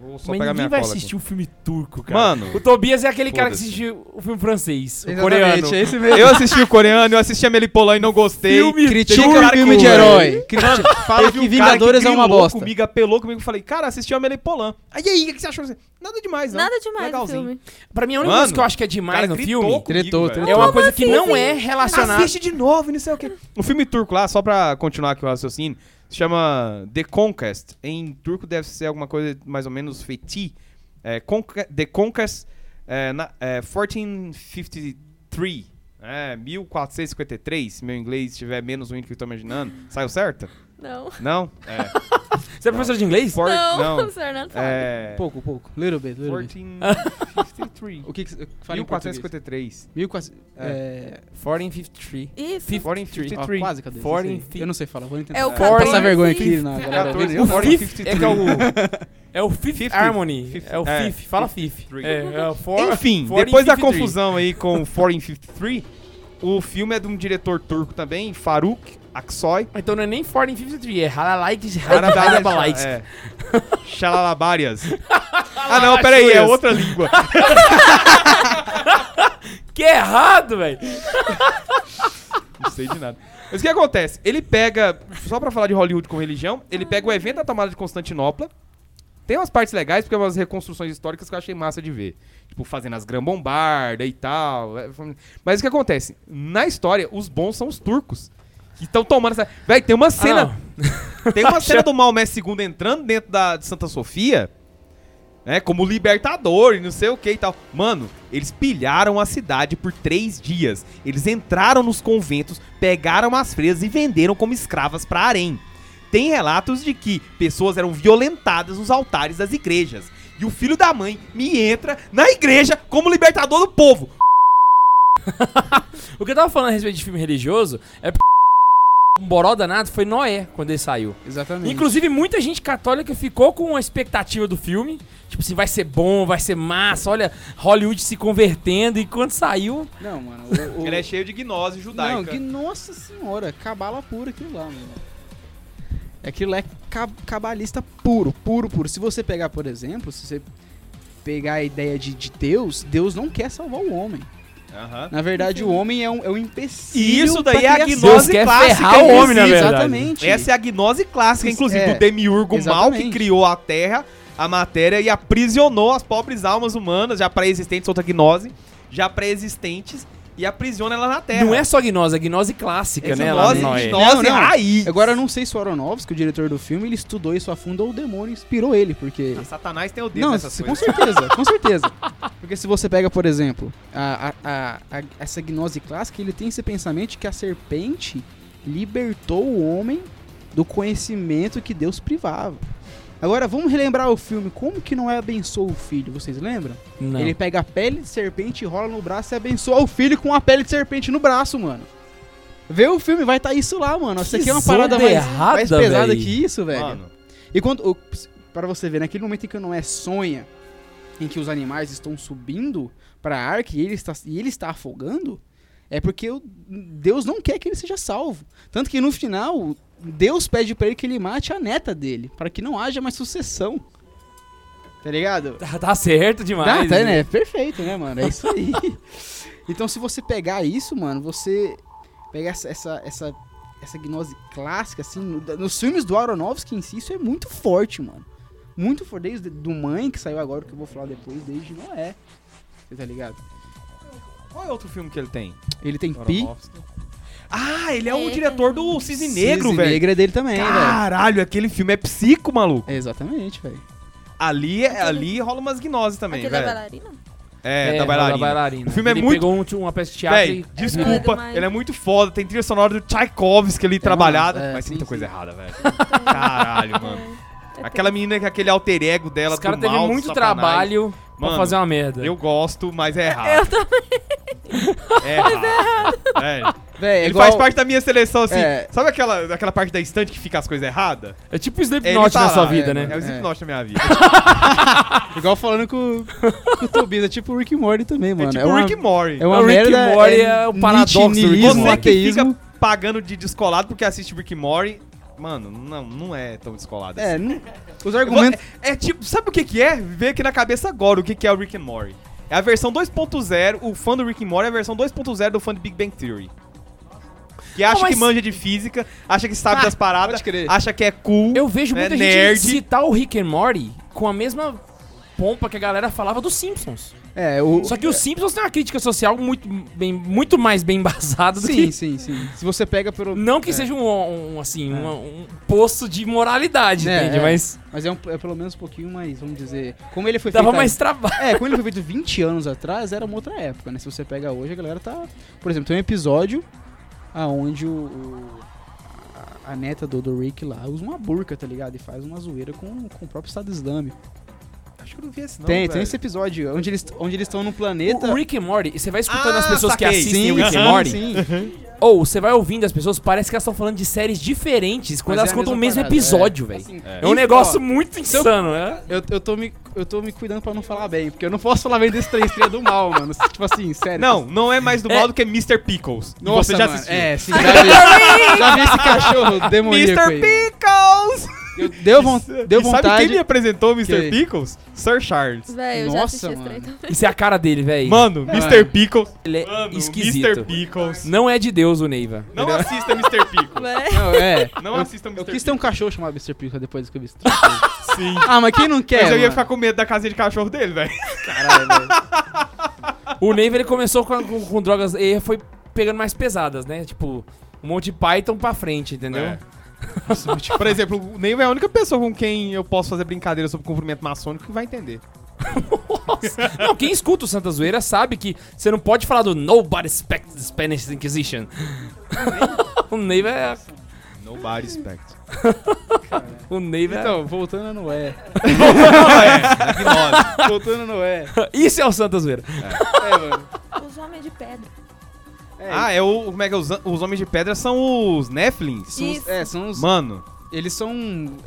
B: Vou só
A: mas
B: pegar
A: ninguém
B: minha
A: vai
B: cola aqui.
A: assistir um filme turco, cara.
B: Mano,
A: O Tobias é aquele cara que
B: Foda-se.
A: assistiu o filme francês, o
D: Exatamente,
A: coreano.
D: é esse mesmo.
B: eu assisti o coreano, eu assisti a Melipolan e não gostei.
A: Filme
D: Critica
B: Teve um
D: o
B: cara
D: filme
B: que-
D: de herói. Critica.
B: Fala
D: que
B: um cara
D: Vingadores é uma
B: grilou
D: bosta.
B: comigo, apelou comigo e falei, cara, assisti a Melipolan. Aí, e aí, o que que você achou? Nada demais, não.
E: Nada demais no
B: Legalzinho.
E: filme.
A: Pra mim, a única
B: Mano,
A: coisa que eu acho que é
B: O
A: demais
B: cara
A: no
B: gritou
A: filme
B: comigo,
D: Tretou,
B: velho.
D: tretou.
A: é uma coisa que
E: assim,
A: não
E: assim?
A: é relacionada...
B: Assiste de novo, e não sei o quê. Um filme turco lá, só pra continuar aqui o raciocínio, se chama The Conquest. Em turco deve ser alguma coisa mais ou menos feti. É, Conque- The Conquest é, na, é, 1453. É, 1453, se meu inglês estiver menos ruim do que eu tô imaginando. Saiu certo?
E: Não.
B: Não? É.
A: Você é professor de inglês?
B: For-
E: Não,
B: não.
E: o senhor não sabe.
B: É,
D: Pouco, pouco. Little bit, little bit.
B: 1453.
D: O que que você fala em português?
B: 1453.
D: 1453. É.
A: 1453.
E: Isso.
A: Fif-
B: 1453.
D: ó, é,
A: Ah,
D: quase, cadê?
A: Forty
D: Não sei. Eu não sei falar, vou tentar.
E: É o
D: Vou
E: 14.
D: passar vergonha aqui na galera.
B: 14.
D: Eu-
A: O Fifth é que é o. É o Fifth
B: Fifth.
A: Harmony.
B: Fifth.
A: É o
B: É.
A: Fifth. Fala Fifth.
B: Three.
A: É, é o for,
B: Enfim,
A: Foreign
B: depois da
A: 53.
B: confusão aí com o Foreign 53, o filme é de um diretor turco também, Faruk Aksoy.
A: Então não é nem Foreign 53, é Halalaiks Halalaiks.
B: É. Xalalabárias. ah, não, peraí, é
A: Xurias.
B: outra língua.
A: Que errado, velho.
B: Não sei de nada. Mas o que acontece? Ele pega, só pra falar de Hollywood com religião, ele pega o evento da tomada de Constantinopla, Tem umas partes legais, porque é umas reconstruções históricas que eu achei massa de ver. Tipo, fazendo as Gran Bombarda e tal. é, foi- Mas o que acontece? Na história, os bons são os turcos. Que estão tomando essa. Véi, tem uma cena. Tem uma cena do Maomé II entrando dentro da, de Santa Sofia, né? Como libertador e não sei o que e tal. Mano, eles pilharam a cidade por três dias. Eles entraram nos conventos, pegaram as freiras e venderam como escravas pra harém. Tem relatos de que pessoas eram violentadas nos altares das igrejas. E o filho da mãe me entra na igreja como libertador do povo.
A: O que eu tava falando a respeito de filme religioso é porque um boró danado foi Noé quando ele saiu.
D: Exatamente.
A: Inclusive, muita gente católica ficou com a expectativa do filme. Tipo assim, vai ser bom, vai ser massa, olha, Hollywood se convertendo. E quando saiu,
D: Não, mano. O, o...
B: Ele é cheio de gnose judaica.
D: Não, que nossa senhora, cabala pura aquilo lá, mano. Aquilo lá é ca- cabalista puro, puro, puro. Se você pegar, por exemplo, se você pegar a ideia de, de Deus, Deus não quer salvar o homem.
B: Aham.
D: Na verdade, o homem é um, é um empecilho.
B: E isso
D: pra
B: daí é a
D: criação.
A: Deus
B: gnose
A: quer
B: clássica.
A: ferrar o homem, na
B: inclusive.
A: verdade.
D: Exatamente.
B: Essa é a gnose clássica,
D: Isso,
B: inclusive,
D: é.
B: do demiurgo mal que
D: Exatamente.
B: criou a Terra, a matéria, e aprisionou as pobres almas humanas, já pré-existentes, outra gnose, já pré-existentes, e aprisiona elas na Terra.
A: não é só gnose, é gnose clássica,
B: Essa
A: né? lá
B: gnose,
A: no Noé.
B: gnose
D: Não, não.
B: raiz.
D: Agora, eu não sei se o Aronofsky, o diretor do filme, ele estudou isso a fundo ou o demônio inspirou ele, porque...
B: Satanás tem o dedo
D: É Não,
B: nessas
D: se- com
B: coisas.
D: certeza, com certeza. Porque se você pega, por exemplo, a, a- a- a- essa gnose clássica, ele tem esse pensamento de que a serpente libertou o homem do conhecimento que Deus privava. Agora, vamos relembrar o filme. Como que Noé abençoa o filho? Vocês lembram?
A: Não.
D: Ele pega a pele de serpente, rola no braço e abençoa o filho com a pele de serpente no braço, mano. Vê o filme, vai estar isso lá, mano. Isso
A: Que
D: aqui é uma
A: zona
D: parada mais,
A: errada,
D: mais pesada
A: véi.
D: que isso, velho.
B: Mano,
D: E quando. o- Pra você ver, naquele momento em que o Noé sonha em que os animais estão subindo pra arca e ele está, e ele está afogando, é porque o- Deus não quer que ele seja salvo. Tanto que no final, Deus pede pra ele que ele mate a neta dele, para que não haja mais sucessão. Tá ligado?
A: Tá, tá certo demais.
D: tá, tá, né? Perfeito, né, mano? É isso aí. então, se você pegar isso, mano, você pegar essa, essa, essa, essa gnose clássica, assim, no- nos filmes do Aronofsky em si, isso é muito forte, mano. Muito forte. Desde do Mãe, que saiu agora, que eu vou falar depois, desde Noé. Você tá ligado?
B: qual é outro filme que ele tem?
D: Ele tem Pi.
B: Ah, ele é o
E: É.
B: diretor do Cisne Negro,
D: Cisne
B: velho.
D: Negro é dele também, velho.
B: Caralho, aquele filme é psico, maluco.
D: É, Exatamente, velho.
B: Ali, é- ali rola umas gnoses também,
E: Aquele da
B: velho.
E: bailarina?
B: É, da bailarina.
A: bailarina.
B: O filme é
A: Ele
B: muito-
A: pegou um- uma peça de teatro
B: Véi,
A: e...
E: doido,
B: desculpa,
E: mas-
B: ele é muito foda, tem trilha sonora do Tchaikovsky ali trabalhada.
D: mano, é,
B: mas tem muita
D: sim, sim.
B: coisa errada, velho. Caralho,
D: Ah.
B: mano.
E: É
B: Aquela menina com aquele alter ego dela,
A: Os caras
B: do
A: teve
B: mal, do
A: muito
B: Satanás.
A: trabalho pra
B: Mano,
A: fazer uma merda.
B: Eu gosto, mas é errado. Eu também. É errado. velho.
D: Véi, é
B: Ele
D: igual-
B: faz parte da minha seleção, assim.
D: É.
B: Sabe aquela, aquela parte da estante que fica as coisas erradas?
A: É tipo
B: Ele
A: Slipknot
B: tá
A: na
B: lá,
A: sua
B: é,
A: vida, né?
B: É o
D: É.
B: Slipknot na minha vida.
D: Igual falando com, com o Tobias, é tipo o Rick and Morty também, mano.
B: é tipo
D: é uma,
B: Rick Mori.
D: é uma
A: O Rick and
D: merda,
A: Morty é o paradoxo do Rick and
D: nitinismo,
A: Morty.
B: Você que
D: ateísmo.
B: fica pagando de descolado porque assiste Rick Mori, mano, não, não é tão descolado assim.
D: É, não- os
B: Eu vou-
D: argumentos.
B: É, é tipo, sabe o que que é? Vê aqui na cabeça agora o que que é o Rick and Morty. É a versão 2.0, o fã do Rick and Morty é a versão 2.0 do fã do Big Bang Theory. Que acha
A: mas-
B: que manja de física, acha que sabe
D: Ah,
B: das paradas,
D: pode crer.
B: acha que é cool.
A: Eu vejo
B: né,
A: muita
B: nerd.
A: gente citar o Rick and Morty com a mesma pompa que a galera falava dos Simpsons.
D: É, o.
A: Só que os Simpsons tem uma crítica social muito, bem, muito mais bem embasada do
D: Sim,
A: que...
D: sim, sim. Se você pega pelo. é,
A: Não
B: É.
A: que seja um, um, assim, um, um poço de moralidade,
D: É,
A: entende?
D: é.
A: Mas
D: Mas é, um- é pelo menos um pouquinho mais, vamos dizer. Como ele foi
A: dava
B: tá
D: feito.
A: mais trabalho.
D: É, como ele foi feito 20 anos atrás, era uma outra época, né? Se você pega hoje, a galera tá. Por exemplo, tem um episódio aonde o. o- a- a neta do, do Rick lá usa uma burca, tá ligado? E faz uma zoeira com, com o próprio Estado Islâmico.
B: Acho que eu não vi esse não,
D: tem, tem
B: velho.
D: esse episódio onde eles onde eles estão num planeta.
A: O Rick and Morty, e você vai escutando
B: Ah,
A: as pessoas que
B: saquei.
A: assistem o Rick and Morty, ou você vai ouvindo as pessoas, parece que elas estão falando de séries diferentes quando
D: Mas
A: elas
D: é a
A: contam o mesmo
D: mesma parada,
A: episódio, velho.
D: Assim,
A: É um
D: e,
A: negócio
D: ó,
A: muito insano, né?
D: Eu, eu, tô me, eu tô me cuidando pra não falar bem, porque eu não posso falar bem desse trem estrela do mal, mano. Tipo assim, sério.
B: Não, não é mais do
A: É.
B: mal do que Mr. Pickles. E
D: Nossa,
B: você já
D: mano,
B: assistiu.
D: É, sim, já vi, já vi esse cachorro demoníaco
B: Mr.
D: aí.
B: Pickles!
D: Deu, von- deu
B: E Sabe
D: vontade.
B: quem me apresentou o Mr.
D: Quem?
B: Pickles? Sir Charles.
E: Velho, eu já
D: Nossa,
E: assisti esse trem.
D: mano.
E: também.
A: Isso é a cara dele, velho.
B: Mano, Mr. Pickles.
A: ele é
C: Mano, Mr.
A: esquisito.
C: Pickles.
A: Não é de Deus o Neiva.
C: Não assista Mr. Pickles.
E: Velho,
D: Não, é.
C: Não assista Mr.
D: Eu quis
C: Pickles.
D: ter um cachorro chamado Mr. Pickles depois que eu vi isso.
C: Sim.
D: ah, mas quem não quer?
B: Mas eu ia
D: mano?
B: ficar com medo da casinha de cachorro dele, velho.
A: O Neiva ele começou com, com- com drogas e foi pegando mais pesadas, né? Tipo, um monte de Python pra frente, entendeu?
C: É.
B: tipo, Por exemplo, o Neiva é a única pessoa com quem eu posso fazer brincadeira sobre cumprimento maçônico que vai entender.
A: Não, quem escuta o Santa Zoeira sabe que você não pode falar do Nobody Expects the Spanish Inquisition. o Neiva é.
B: Nobody expects.
A: O Neiva é.
D: Então, voltando a Noé. voltando a Noé.
A: Isso é o Santa Zoeira.
D: É, mano.
E: os homens de pedra.
B: Ah, é o. Como é que é? Os, os homens de pedra são os Nephilims?
D: São os-
E: Isso.
D: é, são os.
B: Mano,
D: Eles são,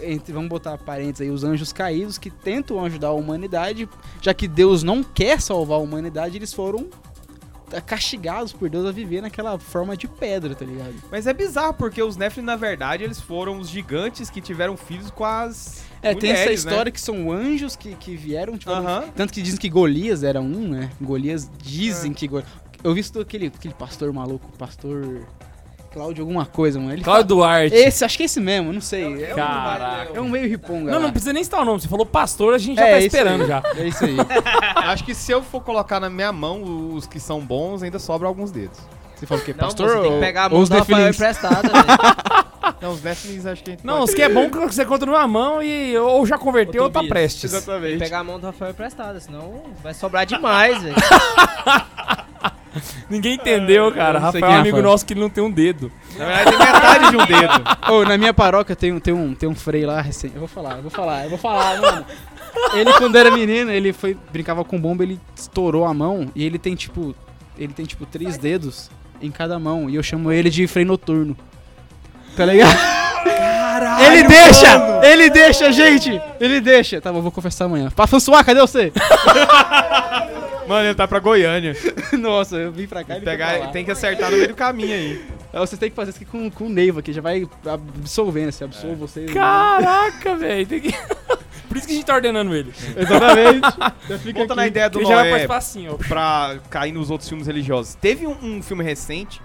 D: entre, vamos botar parênteses aí, os anjos caídos que tentam ajudar a humanidade, já que Deus não quer salvar a humanidade, eles foram tá, castigados por Deus a viver naquela forma de pedra, tá ligado?
B: mas é bizarro, porque os Nephilim, na verdade, eles foram os gigantes que tiveram filhos com as.
D: É, tem essa
B: mulheres, né?
D: história que são anjos que, que vieram, tipo,
B: Aham.
D: tanto que dizem que Golias era um, né? Golias dizem que Golias... Eu vi isso daquele aquele pastor maluco, pastor Cláudio alguma coisa, mano. Ele
A: Cláudio Duarte.
D: fala- Esse, acho que é esse mesmo, não sei. É,
A: Caraca.
D: um meio riponga
A: Não,
D: lá.
A: não precisa nem citar o nome. Você falou pastor, a gente já
D: É,
A: tá
D: isso
A: esperando
D: aí.
A: já.
D: É isso aí.
B: Né? Acho que se eu for colocar na minha mão os que são bons, ainda sobra alguns dedos.
D: Você fala o quê?
G: Não,
D: Pastor
G: você tem que
D: ou-
G: pegar a
D: ou
G: mão
D: os
G: do Rafael
D: Nefilins?
G: emprestada, velho.
B: Não, os Nephilims acho que a gente
A: Não,
B: pode-
A: os que é bom que você conta numa mão e ou já converteu ou
G: Ô,
A: tá
G: Tobias,
A: prestes.
G: Tem que
B: Exatamente.
G: pegar a mão do Rafael emprestada, senão vai sobrar demais, velho.
A: Ninguém entendeu, cara.
D: não sei
A: Rafael é um
D: quem é
A: amigo
D: Rafael.
A: nosso que não tem um dedo.
B: Na verdade, tem metade de um dedo.
D: Ô, na minha paróquia tem, um- tem, um, tem um frei lá recém. Eu vou falar, eu vou falar, eu vou falar, mano. Ele, quando era menino, ele foi. brincava com bomba, ele estourou a mão e ele tem tipo. Ele tem tipo três dedos em cada mão. E eu chamo ele de frei noturno. Tá ligado? ele deixa! Ele deixa, gente! Ele deixa! Tá bom, eu vou confessar amanhã. Pá, François, cadê você?
B: Mano, ele tá pra Goiânia.
D: Nossa, eu vim pra cá e
B: Tem que,
D: ele foi pra
B: pegar,
D: lá.
B: tem que acertar no meio do caminho aí.
D: Aí Você tem que fazer isso aqui com, com o Neiva, que já vai assim, absolvendo, se absolve você.
A: Caraca, velho. tem que- Por isso que a gente tá ordenando ele.
B: Exatamente. Já fica Volta na ideia do
A: ele já vai
B: Noé
A: participar assim, ó.
B: pra cair nos outros filmes religiosos. Teve um, um filme recente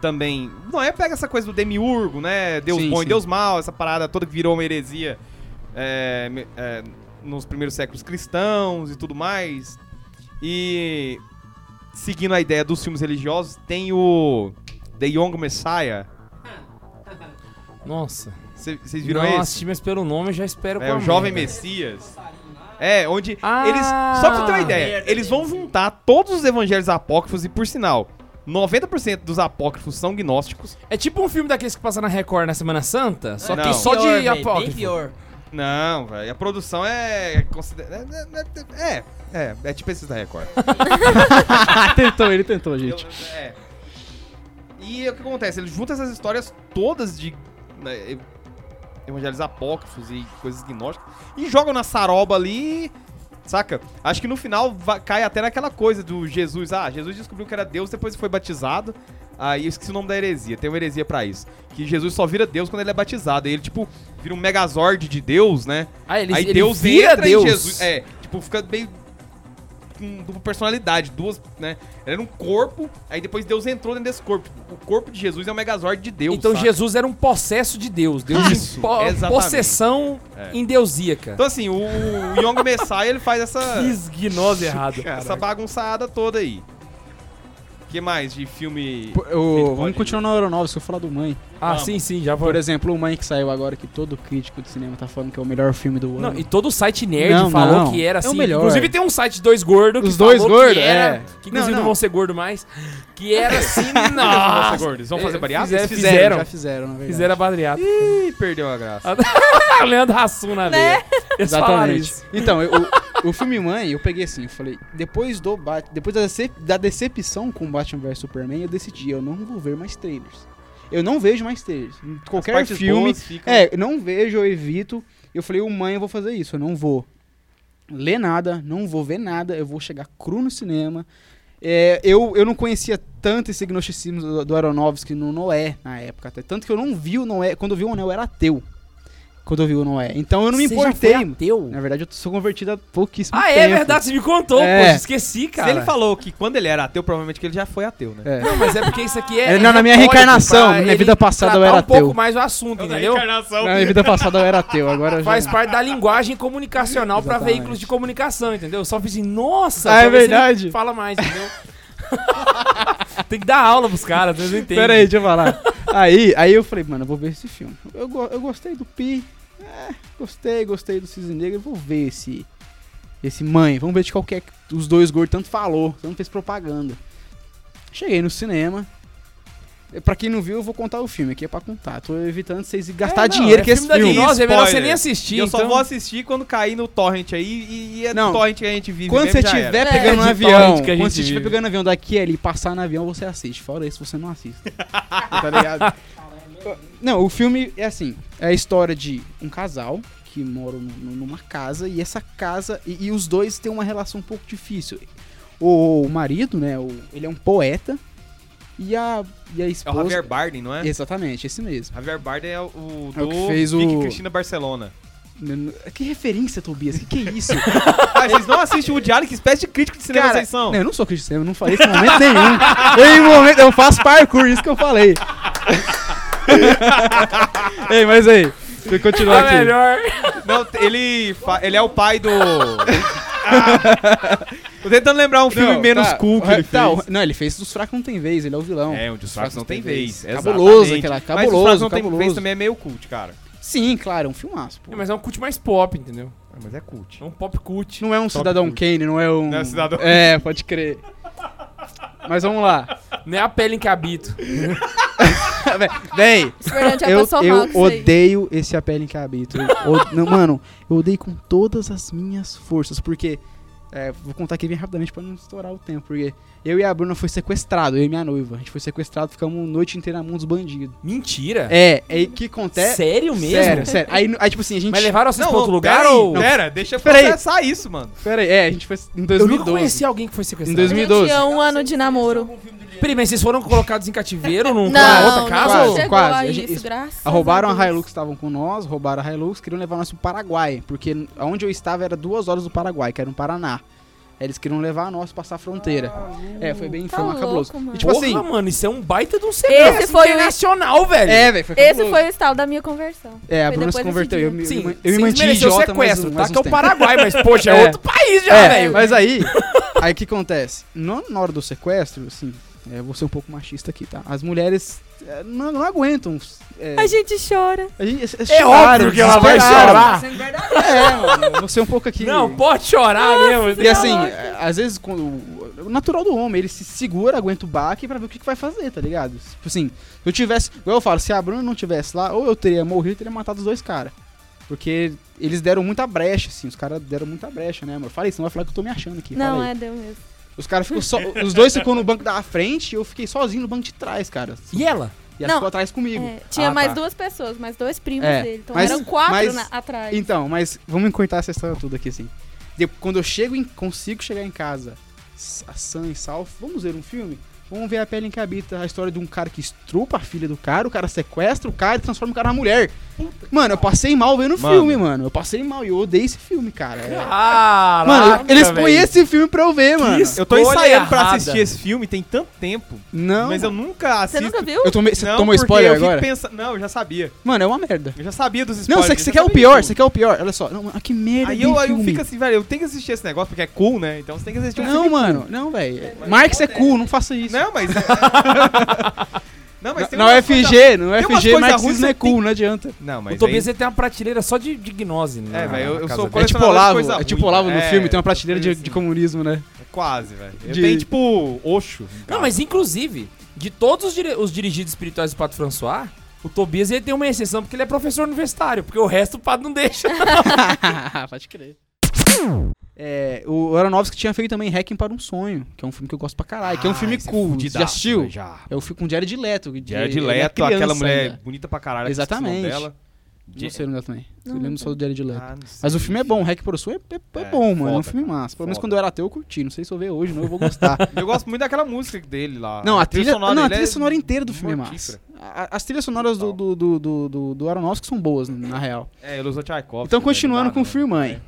B: também. Noé pega essa coisa do demiurgo, né? Deus
D: Sim,
B: bom e
D: sim.
B: Deus mal, essa parada toda que virou uma heresia é, me- é, nos primeiros séculos cristãos e tudo mais. E seguindo a ideia dos filmes religiosos, tem o The Young Messiah.
A: Nossa.
B: Cê- Vocês viram
A: não
B: esse?
A: assisti, mas pelo nome eu já espero
B: É,
A: com
B: o
A: a
B: Jovem
A: mão.
B: Messias. É, onde
A: Ah!
B: eles. Só pra você ter uma ideia, eles vão juntar todos os evangelhos apócrifos e, por sinal, 90% dos apócrifos são gnósticos.
A: É tipo um filme daqueles que passa na Record na Semana Santa, só
B: Não.
A: que só
G: Pior,
A: de
G: velho, Bem
A: apócrifo.
G: pior.
B: Não, velho, a produção é. consider- é- É, é, é, é tipo esses da Record.
D: Ah, tentou, ele tentou, gente.
B: Eu- é. E o que acontece? Eles juntam essas histórias todas de né, ev- evangelhos apócrifos e coisas gnósticas e jogam na saroba ali, saca? Acho que no final va- cai até naquela coisa do Jesus. Ah, Jesus descobriu que era Deus, depois foi batizado. Aí eu esqueci o nome da heresia, tem uma heresia pra isso. Que Jesus só vira Deus quando ele é batizado. Aí ele, tipo, vira um megazord de Deus, né?
A: Ah, ele,
B: Aí
A: ele
B: Deus
A: vira
B: entra
A: Deus.
B: em Jesus. É, tipo, fica meio com dupla personalidade, duas, né? Era um corpo, aí depois Deus entrou dentro desse corpo. Tipo, O corpo de Jesus é o megazord de Deus.
A: então
B: saca?
A: Jesus era um possesso de Deus. Deus
B: Isso,
A: em po-
B: exatamente.
A: possessão
B: É.
A: endeusíaca.
B: Então assim, o, o Young Messiah ele faz essa
A: Que esgnose errado.
B: essa bagunçada toda aí. Que mais de filme?
D: Pô, eu-
B: Pode ir.
D: vamos continuar na Aeronáutica, se eu falar do Mãe.
A: Ah, sim, sim, já vou.
D: Por exemplo, o Mãe que saiu agora, que todo crítico de cinema tá falando que é o melhor filme do ano.
A: Não, e todo o site nerd
D: Não,
A: falou
D: não.
A: que era
D: É o
A: assim.
D: melhor.
A: Inclusive tem um site dois gordos que
D: Os dois
A: falou
D: gordo,
A: que era,
D: é.
A: que inclusive
D: Não,
A: não,
D: não.
A: vão ser gordo mais, que era assim,
B: Nossa,
A: nossa.
B: gordos, vamos fazer
A: É, fizeram,
B: bariátrica? Fiz-
A: fizeram.
D: Já fizeram, na verdade.
A: Fizeram a badriata.
B: Ih, perdeu a graça.
A: O Leandro Hassum na
E: Né?
A: veia. Eles falaram
D: Exatamente.
A: isso.
D: Então, eu- o, o filme Mãe, eu peguei assim, eu falei, depois do Bat depois da, decep- da decepção com Batman vs Superman, eu decidi, eu não vou ver mais trailers. Eu não vejo mais trailers.
A: Ah,
D: Em Qualquer
B: partes
D: filme,
B: boas ficam-
D: É, eu não vejo, eu evito. Eu falei, o mãe, eu vou fazer isso, eu não vou ler nada, não vou ver nada, eu vou chegar cru no cinema. É, eu, eu não conhecia tanto esse gnosticismo do, do Aronofsky no Noé na época, até tanto que eu não vi o Noé, quando eu vi o Noé eu era ateu. Codovil não é. Então eu não me
A: Você já foi
D: importei.
A: ateu?
D: Na verdade, eu sou convertido há pouquíssimo
A: Ah,
D: tempo.
A: é verdade, você me contou,
D: É.
A: poxa, esqueci, cara.
B: Se ele falou que quando ele era ateu, provavelmente que ele já foi ateu, né?
D: É.
A: Não, mas é porque isso aqui é.
D: É,
A: é
D: não, na minha
A: retórico
D: reencarnação,
A: pra
D: na minha
A: ele
D: vida passada eu
A: tratar
D: era
A: um pouco
D: ateu.
A: mais o assunto,
B: Então,
C: Da
A: entendeu?
C: reencarnação.
D: Na minha vida passada eu era ateu, agora eu já...
A: Faz parte da linguagem comunicacional pra
D: Exatamente.
A: veículos de comunicação, entendeu? Só fiz assim, nossa,
D: Ah, é
A: pra ver se ele
D: verdade.
A: Fala mais, entendeu? Tem que dar aula pros caras, vocês não entendem.
D: Pera aí, deixa eu falar. aí, aí eu falei, mano, eu vou ver esse filme. Eu, go- eu gostei do Pi. é, gostei, gostei do Cisne Negro. Eu vou ver esse. Esse mãe. Vamos ver de qualquer. Os dois gordos tanto falou, tanto fez propaganda. Cheguei no cinema. Eh, Pra quem não viu, eu vou contar o filme. Aqui é pra contar. Tô evitando vocês gastar
A: É, não,
D: dinheiro
A: é
D: que esse
A: filme da
D: filme.
A: Guinness, é melhor você
B: Spoiler.
A: nem assistir.
B: E eu só
A: então-
B: vou assistir quando cair no torrent aí e, e é
D: Não.
B: no torrent que a gente vive.
D: Quando
B: mesmo,
D: você
B: já era.
D: estiver
E: era.
D: pegando um
A: É, de
D: avião,
A: torrent que a
D: quando
A: gente
D: você estiver
A: vive.
D: pegando um avião daqui e ali, passar no avião, você assiste. Fora isso, você não assiste. tá ligado? Não, o filme é assim: é a história de um casal que mora num- num- numa casa e essa casa. E, e os dois têm uma relação um pouco difícil. O, o marido, né? o- ele é um poeta e a, e a
B: É o
D: esposa.
B: Javier Bardem, não é?
D: Exatamente, esse mesmo.
B: Javier Bardem é o do
D: É o que fez o-
B: Vicky Cristina Barcelona.
D: Que referência, Tobias? Que que é isso?
B: Ah, vocês não assistem o Diário? Que espécie de crítico de cinema
D: Cara,
B: vocês são?
D: Não, eu não sou cristão, eu não falei isso em momento nenhum. em momento, eu faço parkour, isso que eu falei. Ei, mas aí, deixa eu continuar
A: Ah,
D: aqui.
A: melhor.
B: Não, ele, fa- ele é o pai do... Tô tentando lembrar um filme
D: Não,
B: menos
D: tá,
B: cool que ele fez.
D: tá, Não, ele fez dos fracos não tem vez, ele é o vilão.
B: É, onde os fracos não tem vez.
D: Cabuloso,
B: exatamente. Mas
D: aquela-
B: os fracos
D: cabuloso,
B: não tem vez
D: cabuloso.
B: também é meio cult, cara.
D: Sim, claro, é um filmaço, pô.
A: É, mas é um cult mais pop, entendeu?
B: Ah, Mas é cult.
A: É um pop cult.
D: Não é um cidadão Kane, não é um...
B: Não é Cidadão-
D: É, pode crer. Mas vamos lá.
A: Não é a pele em que habito.
D: Véi,
E: Fernando já
D: eu,
E: passou
D: eu
E: mal com isso aí.
D: odeio esse apelo em que habito. Eu od- não, mano, eu odeio com todas as minhas forças, porque. é, vou contar aqui bem rapidamente pra não estourar o tempo, porque eu e a Bruna foi sequestrado, eu e minha noiva. A gente foi sequestrado, ficamos noite inteira na mão dos bandidos.
A: Mentira.
D: É, é aí que acontece.
A: Sério mesmo?
D: Sério, sério. Aí, no- aí, tipo assim, a gente.
A: Mas levaram vocês pra outro lugar
B: pera aí,
A: ou...
B: Pera, deixa eu
D: Pera aí.
B: processar isso, mano.
D: Pera aí, é, a gente foi em
A: Eu nunca
D: 2012.
A: conheci alguém que foi sequestrado.
D: Em
E: A gente
D: 2012.
E: tinha um ano de namoro.
A: Peraí, mas vocês foram colocados em cativeiro num,
E: Não,
A: numa outra casa?
D: um quase,
E: não chegou
D: quase.
E: a
D: A
E: isso,
D: gente- isso.
E: graças
D: Ah, Roubaram
E: a
D: a
E: Deus.
D: Hilux, estavam com nós, roubaram a Hilux, queriam levar nós pro Paraguai, porque onde eu estava era duas horas do Paraguai, que era no Paraná. Aí Eles queriam levar nós, passar a fronteira. é, foi bem,
E: Tá
D: foi
E: louco,
D: cabuloso.
E: mano.
D: E tipo
A: Porra,
D: assim,
A: Ah, mano, isso é um baita de um serviço
E: Esse foi o-
A: internacional, velho.
D: é, velho, foi
E: Esse
D: cabuloso.
E: foi o estalo da minha conversão.
D: É, a
E: foi
D: Bruna
E: depois
D: se
E: desse
D: converteu, eu
E: dia.
D: me,
A: Sim,
D: eu me- eu me
A: sim,
D: mantive
A: desmereceu o
D: idiota, mas,
A: sequestro,
D: mas
A: tá?
D: uns
A: Que é o
D: tempos.
A: Paraguai, mas, poxa, é,
D: É.
A: outro país já,
D: É,
A: velho.
D: mas aí, aí o que acontece? No- na hora do sequestro, assim, é, eu vou ser um pouco machista aqui, tá? As mulheres é, não, não aguentam. É,
E: A gente chora.
D: a gente-
A: É
D: choraram,
A: óbvio que ela vai
D: desesperaram.
A: chorar.
D: É, mano, você é um pouco aqui.
A: Não, pode chorar mesmo.
D: E assim, é, às vezes, quando, o- o natural do homem, ele se segura, aguenta o baque pra ver o que, que vai fazer, tá ligado? Tipo assim, se eu tivesse. Igual eu falo, se a Bruna não tivesse lá, ou eu teria morrido, eu teria matado os dois caras. Porque eles deram muita brecha, assim, os caras deram muita brecha, né, amor? Fala isso, não vai falar que eu tô me achando aqui.
E: Não,
D: fala aí.
E: é Deus mesmo.
D: Os caras ficou só. Os dois ficou no banco da frente e eu fiquei sozinho no banco de trás, cara.
A: E ela?
D: E ela
E: Não,
D: ficou atrás comigo.
E: É, tinha
D: Ah,
E: mais
D: tá.
E: duas pessoas, mais dois primos
D: É,
E: dele. Então
D: mas-
E: eram quatro
D: mas-
E: na- atrás.
D: Então, mas vamos encurtar essa história toda aqui, assim. De- quando eu chego em, consigo chegar em casa, s- a Sam e Sal, vamos ver um filme? Vamos ver a pele em que habita a história de um cara que estrupa a filha do cara, o cara sequestra o cara e transforma o cara na mulher. Mano, eu passei mal vendo o
B: Mano.
D: filme, mano. Eu passei mal e eu odeio esse filme, cara. É.
A: Caraca,
D: Mano, eles
A: Ah, velho.
D: põem esse filme pra eu ver, mano.
A: isso?
B: Eu tô
A: Escolha
B: ensaiando pra
A: errada.
B: assistir esse filme tem tanto tempo,
D: Não.
B: mas eu nunca
E: Você
B: assisto.
E: nunca viu?
D: Eu tomei, você
B: Não,
D: tomou
B: porque
D: spoiler
B: eu fico
D: agora?
B: pensa- Não, eu já sabia.
D: Mano, é uma merda.
B: Eu já sabia dos
D: Não,
B: spoilers.
D: você,
B: eu
D: você
B: já
D: quer o
B: sabia de
D: pior,
B: tudo.
D: você quer o pior. Olha só, não, mano, que merda.
B: Aí
D: de
B: eu, aí eu
D: filme.
B: fico assim, velho, eu tenho que assistir esse negócio porque é cool, né? Então você tem que assistir um
D: Não,
B: filme
D: mano, não, velho. Marx é cool, não faça isso.
B: Não, mas. não, mas tem
D: Na
B: umas
D: UFG,
B: coisas-
D: no
B: tem umas
D: UFG,
B: coisa
D: marxismo
B: ruim
D: é
B: que
D: cool, não adianta.
B: Não, mas.
A: O Tobias
B: aí-
A: ele tem uma prateleira só de, de gnose, né?
B: É, velho, eu-
A: na
B: eu
A: casa
B: sou
A: dele.
B: co-
D: É tipo
B: Colecionador de
D: Olavo,
B: coisa
D: é tipo
B: ruim,
D: Olavo no
B: é,
D: filme, tem uma
B: essas
D: prateleira de,
B: coisas
D: de
B: assim.
D: comunismo, né?
B: É quase, velho. Eu
D: De-
B: tenho, tipo, Oxo.
A: Não, mas inclusive, de todos os, dire- os dirigidos espirituais do Pato François, o Tobias ele tem uma exceção porque ele é professor universitário, porque o resto o Pato não deixa.
D: Pode crer. É, o Aronofsky tinha feito também Hacking para um Sonho, que é um filme que eu gosto pra caralho,
B: Ah,
D: que é um filme cool, já assistiu?
B: Já.
D: Eu fico com Diário de Leto. de-
B: Jared
D: ele é
B: Leto,
D: criança
B: aquela mulher
D: ainda.
B: bonita pra caralho.
D: Exatamente.
B: esqueci o nome dela.
D: Não sei o nome dela também.
E: Não,
D: Eu lembro
E: não
D: só do Jared Leto.
B: Ah, não sei.
D: Mas o filme é bom, o Hack por Sul é, é, é
B: É,
D: bom, mano. É um
B: foda,
D: filme
B: cara,
D: massa. Pelo menos
B: foda.
D: quando eu era teu, eu curti. Não sei se eu ver hoje, não, eu vou gostar.
B: Eu gosto muito daquela música dele lá.
D: não, a trilha, não, a
B: dele
D: trilha
B: é
D: sonora inteira do filme é massa.
B: mortífera.
D: A- As trilhas sonoras do, do, do, do, do, do Aronofsky são boas, na real.
B: É, né? ele usou Tchaikovsky.
D: Então,
B: velho,
D: continuando
B: não dá,
D: com o
B: não.
D: filme, mãe.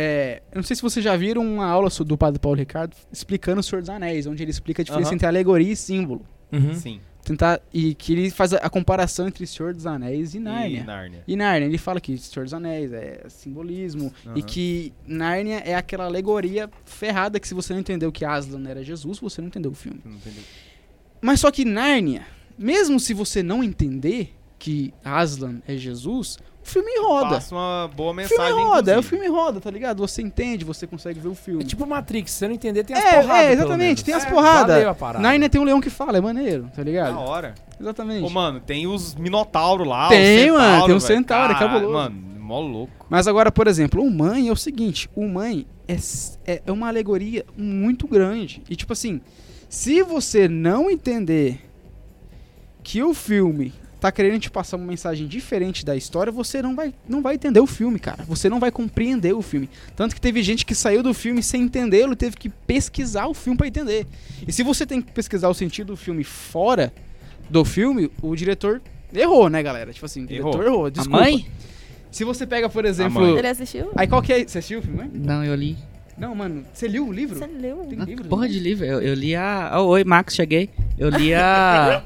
D: É, eu não sei se vocês já viram uma aula so- do Padre Paulo Ricardo explicando o Senhor dos Anéis, onde ele explica a diferença
B: Aham.
D: entre alegoria e símbolo.
A: Uhum.
B: Sim.
D: Tentar, e que ele faz a, a comparação entre Senhor dos Anéis e Nárnia.
B: E Nárnia.
D: E Narnia, ele fala que Senhor dos Anéis é simbolismo e
B: Aham.
D: que Narnia é aquela alegoria ferrada que se você não entendeu que Aslan era Jesus, você não entendeu o filme.
B: Não entendeu.
D: Mas só que Narnia, mesmo se você não entender que Aslan é Jesus, o filme roda.
B: Passa uma boa
D: O
B: mensagem.
D: filme roda, é o
B: inclusive.
D: filme roda, tá ligado? Você entende, você consegue ver o filme.
A: É tipo Matrix, se você não entender, tem as
D: É,
A: porradas.
D: é,
A: pelo
D: exatamente,
A: menos.
D: tem as
A: É,
D: porradas.
A: Valeu a parada.
D: Narnia tem um leão que fala, é maneiro,
B: Da
D: tá ligado?
B: hora.
D: Exatamente.
B: Ô, mano, tem os Minotauro lá.
D: Tem,
B: os
D: mano,
B: centauro,
D: tem um
B: velho.
D: centauro, é
B: Caralho,
D: cabuloso.
B: Mano, mó louco.
D: Mas agora, por exemplo, o Mãe é o seguinte: o Mãe é, s- é é uma alegoria muito grande. E, tipo assim, se você não entender que o filme tá querendo te passar uma mensagem diferente da história, você não vai, não vai entender o filme, cara. Você não vai compreender o filme. Tanto que teve gente que saiu do filme sem entendê-lo, e teve que pesquisar o filme pra entender. E se você tem que pesquisar o sentido do filme fora do filme, o diretor errou, né, galera? Tipo assim, o
B: Errou.
D: diretor errou.
G: A
D: Desculpa.
G: mãe?
D: Se você pega, por
B: mãe.
D: exemplo.
E: Ele assistiu?
D: Aí qual que é. Você assistiu o filme, né?
G: Não, eu li.
D: Não, mano. Você liu o livro?
E: Você leu?
D: Tem
G: Ah,
D: livro? né?
G: que porra de livro. Eu, eu li a. Ah, oi, Max, cheguei. Eu li a.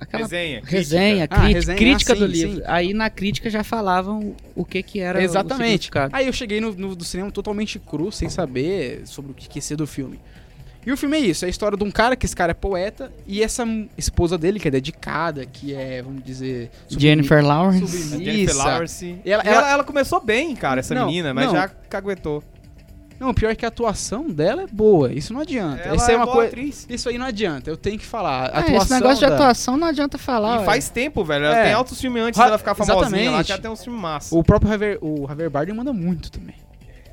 G: Aquela
B: Resenha. crítica.
G: resenha,
D: Ah,
G: crítica,
D: resenha,
G: crítica
D: ah,
G: do
D: sim,
G: livro.
D: sim.
G: Aí na crítica já falavam o que que era o
D: Exatamente.
G: significado.
D: Aí eu cheguei no, no- do cinema totalmente cru, sem saber sobre o que, que ia ser do filme. E o filme é isso, é a história de um cara, que esse cara é poeta, e essa m- esposa dele, que é dedicada, que é, vamos dizer... submi-
G: Jennifer Lawrence.
B: A
D: Submissa.
B: É Jennifer Lawrence.
D: E ela-
B: Ela,
D: ela-
B: ela, começou bem, cara, essa
D: Não,
B: menina, mas
D: não.
B: já caguetou.
D: Não, o pior é que a atuação dela é boa, isso não adianta.
B: Ela
D: Essa é uma
B: boa
D: coi-
B: atriz.
D: Isso aí não adianta, eu tenho que falar. A
G: Ah,
D: atuação
G: esse negócio de
D: da-
G: atuação não adianta falar.
B: e
G: ué.
B: faz tempo, velho. Ela
D: É.
B: tem altos filmes antes
D: Ra-
B: dela ficar famosinha lá,
D: exatamente.
B: que ela tem uns filmes massa.
D: O próprio Javier, o Javier Bardem manda muito também.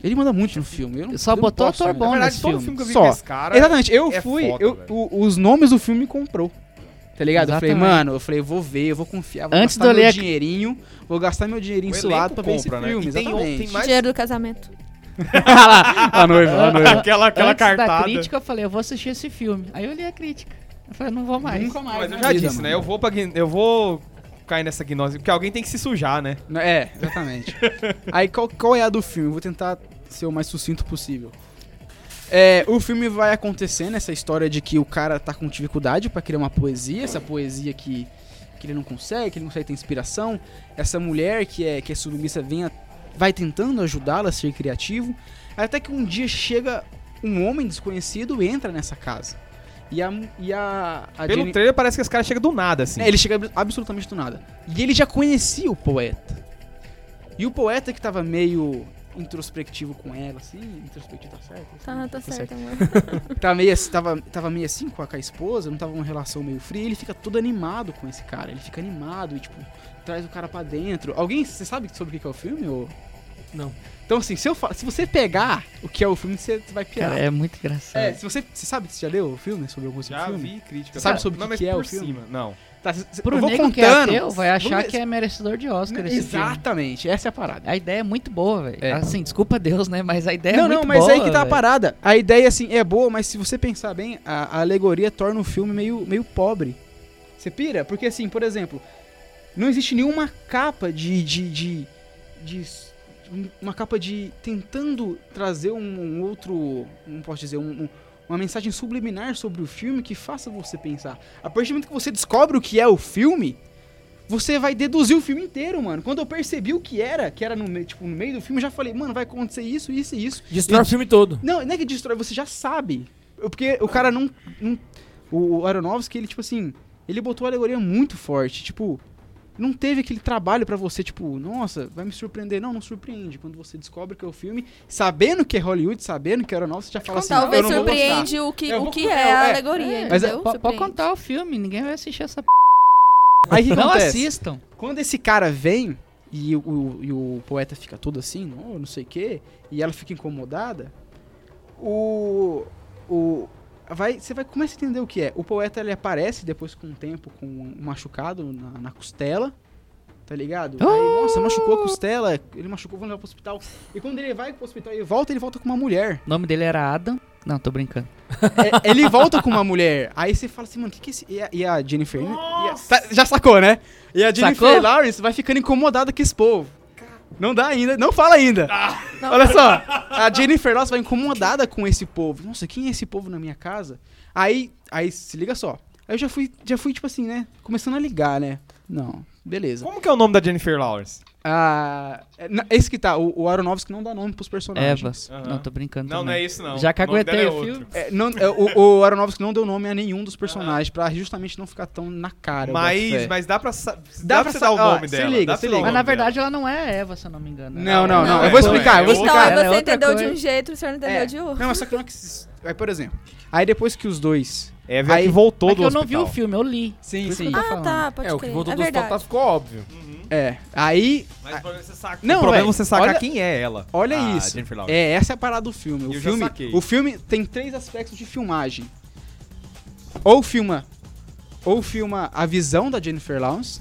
D: Ele manda muito no filme. Eu não,
G: Só
D: eu não
G: botou
D: posso,
G: ator
D: né?
G: bom
B: Na verdade,
G: nesse
B: todo
G: filme.
B: filme que eu vi
D: Só.
B: com esse cara.
D: Exatamente, eu
B: é
D: fui.
B: foda,
D: eu,
B: velho.
D: o- os nomes do filme me comprou. Tá ligado? Eu falei,
G: Exatamente.
D: mano, eu falei, eu vou ver, eu vou confiar, vou
G: Antes
D: gastar
G: de
D: meu
G: eu ler a-
D: dinheirinho, vou gastar meu dinheirinho
B: O
D: suado
B: elenco
D: pra ver esse
B: compra, né?
D: filme,
B: E tem o-
D: exatamente.
B: tem mais-
E: Dinheiro do casamento.
D: Ah lá, a noiva, a noiva.
B: Aquela, aquela
G: Antes da
B: cartada.
G: crítica, eu falei, eu vou assistir esse filme. Aí eu li a crítica. Eu falei, não vou mais.
D: Nunca mais,
B: Mas eu
D: na
B: já
D: vida,
B: disse, né?
D: mano.
B: Eu vou, pra, gui- eu vou cair nessa gnose, porque alguém tem que se sujar, né?
D: Não, É, exatamente. Aí qual, qual é a do filme? Eu vou tentar ser o mais sucinto possível. É, o filme vai acontecendo essa história de que o cara tá com dificuldade pra criar uma poesia, essa poesia que, que ele não consegue, que ele não consegue ter inspiração. Essa mulher que é, que é submissa vem a- vai tentando ajudá-la a ser criativo. Até que um dia chega um homem desconhecido e entra nessa casa. E a. E a, a
B: Pelo
D: Jenny-
B: trailer parece que esse cara chega do nada, assim.
D: é, ele chega ab- absolutamente do nada. E ele já conhecia o poeta. E o poeta que tava meio introspectivo com ela, assim, introspectivo tá certo?
E: Tá, tá certo, amor.
D: Tava meio, assim- tava, tava meio assim com a, com a esposa, não tava uma relação meio fria, e ele fica todo animado com esse cara. Ele fica animado e, tipo, traz o cara pra dentro. Alguém, você sabe sobre o que que é o filme? Ou...
A: Não.
D: Então, assim, se, eu fa- se você pegar o que é o filme, você você vai
G: Cara,
D: pirar.
G: é muito engraçado.
D: É, se você, você sabe, você já leu o filme? Sobre algum
B: Já
D: filme?
B: vi crítica.
D: Sabe
B: Cara,
D: sobre o
B: não,
D: que
B: mas
D: que é o
B: por
D: filme?
B: cima, Não.
D: Tá, cê- cê-
G: Pro
D: eu vou
G: nego
D: contando.
G: que é ateu, vai achar
D: Vamos-
G: que é merecedor de Oscar esse filme.
D: Exatamente, essa é a parada.
G: A ideia é muito boa, velho.
D: É.
G: Assim, desculpa Deus, né? Mas a ideia é
D: não,
G: muito
D: não,
G: boa.
D: mas aí que tá a
G: velho.
D: parada. A ideia, assim, é boa, mas se você pensar bem, a, a alegoria torna o filme meio, meio pobre. Você pira? Porque, assim, por exemplo, não existe nenhuma capa de. de, de, de s- um- uma capa de. tentando trazer um, um outro. Não posso dizer, um- um- uma mensagem subliminar sobre o filme que faça você pensar. A partir do momento que você descobre o que é o filme, você vai deduzir o filme inteiro, mano. Quando eu percebi o que era, que era no, meio- tipo, no meio do filme, eu já falei, mano, vai acontecer isso, isso e isso.
A: Destrói o filme todo.
D: Não, não é que destrói, você já sabe. Porque o cara não. não- o Aronofsky, ele, tipo assim. Ele botou a alegoria muito forte. Tipo, não teve aquele trabalho pra você, tipo, nossa, vai me surpreender. Não, não surpreende. Quando você descobre que é o filme, sabendo que é Hollywood, sabendo que é Aronofsky, já fala assim: não, eu
E: Então, Talvez
D: não vou gostar.
E: surpreende o que,
D: Eu
E: o
D: vou
E: que
D: contar,
E: é
D: é.
E: a alegoria,
G: É,
D: mas é-
E: entendeu?
G: Po- Pode
E: Surpreende.
G: contar o filme, ninguém vai assistir essa p.
D: Aí o que
G: Não
D: acontece?
G: assistam.
D: Quando esse cara vem e o, o- e o poeta fica todo assim, não, não sei o quê, e ela fica incomodada, o. o vai, você vai, começa a entender o um que é. O poeta ele aparece depois com o tempo com um machucado na, na costela, tá ligado?
G: Ah!
D: Aí, nossa, machucou a costela, ele machucou, vamos levar pro hospital. E quando ele vai pro hospital e volta, ele volta com uma mulher.
G: O nome dele era Adam. Não, tô brincando.
D: É, ele volta com uma mulher. Aí você fala assim, mano, o que, que é esse. E a, e a Jennifer. né? e a- sa- já sacou, né? E a Jennifer
G: Sacou?
D: Lawrence vai ficando incomodada com esse povo. Não dá ainda, não fala ainda.
E: Não.
D: Olha só, a Jennifer Lawrence vai incomodada com esse povo. Nossa, quem é esse povo na minha casa? Aí, aí se liga só. Aí eu já fui, já fui tipo assim, né? Começando a ligar, né? Não, beleza.
B: Como que é o nome da Jennifer Lawrence?
D: Ah, é, na- esse que tá, o, o Aronofsky não dá nome pros personagens.
G: Eva.
B: Aham.
G: Não, tô brincando.
C: Não, não
G: também.
C: é isso, não.
G: Já caguetei
C: o nome
G: o
C: dela é
G: filme.
C: outro.
D: É, não, é, o, o Aronofsky não deu nome a nenhum dos personagens pra justamente não ficar tão na cara. eu boto
B: Mas,
D: fé.
B: mas dá pra, sa- dá
D: Dá
B: pra
D: pra
B: você
D: sa-
B: dar o
D: ó,
B: nome
D: se
B: dela. dá
D: liga,
B: pra
D: se
B: você dar o
D: liga.
G: Mas na
B: nome
G: verdade ela não é Eva, se eu não me engano.
D: Não,
G: Ela
D: não,
G: é-
D: não.
C: não,
D: eu vou
C: é, não
D: explicar,
C: é,
D: eu vou
C: é
D: explicar.
G: Ela é
E: Então, você
G: outra
E: entendeu de um
G: coisa.
E: jeito, o senhor não entendeu
D: É,
E: de outro.
D: Não, mas só que não é que. se- Aí, por exemplo, aí depois que os dois.
B: É, Eva
D: Aí-
B: que voltou
G: É
B: do
G: que eu não vi
B: hospital.
G: o filme, eu li.
D: Sim,
G: Por isso que eu tô
E: Ah,
G: falando.
E: tá, pode
A: É, o que
E: crer.
A: voltou
E: é
A: dos
E: verdade.
A: total ficou óbvio.
D: É. Aí.
C: Mas o problema é você saca.
D: Não,
B: o problema
D: velho,
B: é você sacar
D: olha-
B: quem é ela.
D: Olha
B: a
D: isso.
B: Jennifer Lawrence.
D: É, essa é a parada do filme. O
B: Eu já
D: filme,
B: saquei.
D: o filme tem três aspectos de filmagem. Ou filma ou filma a visão da Jennifer Lawrence.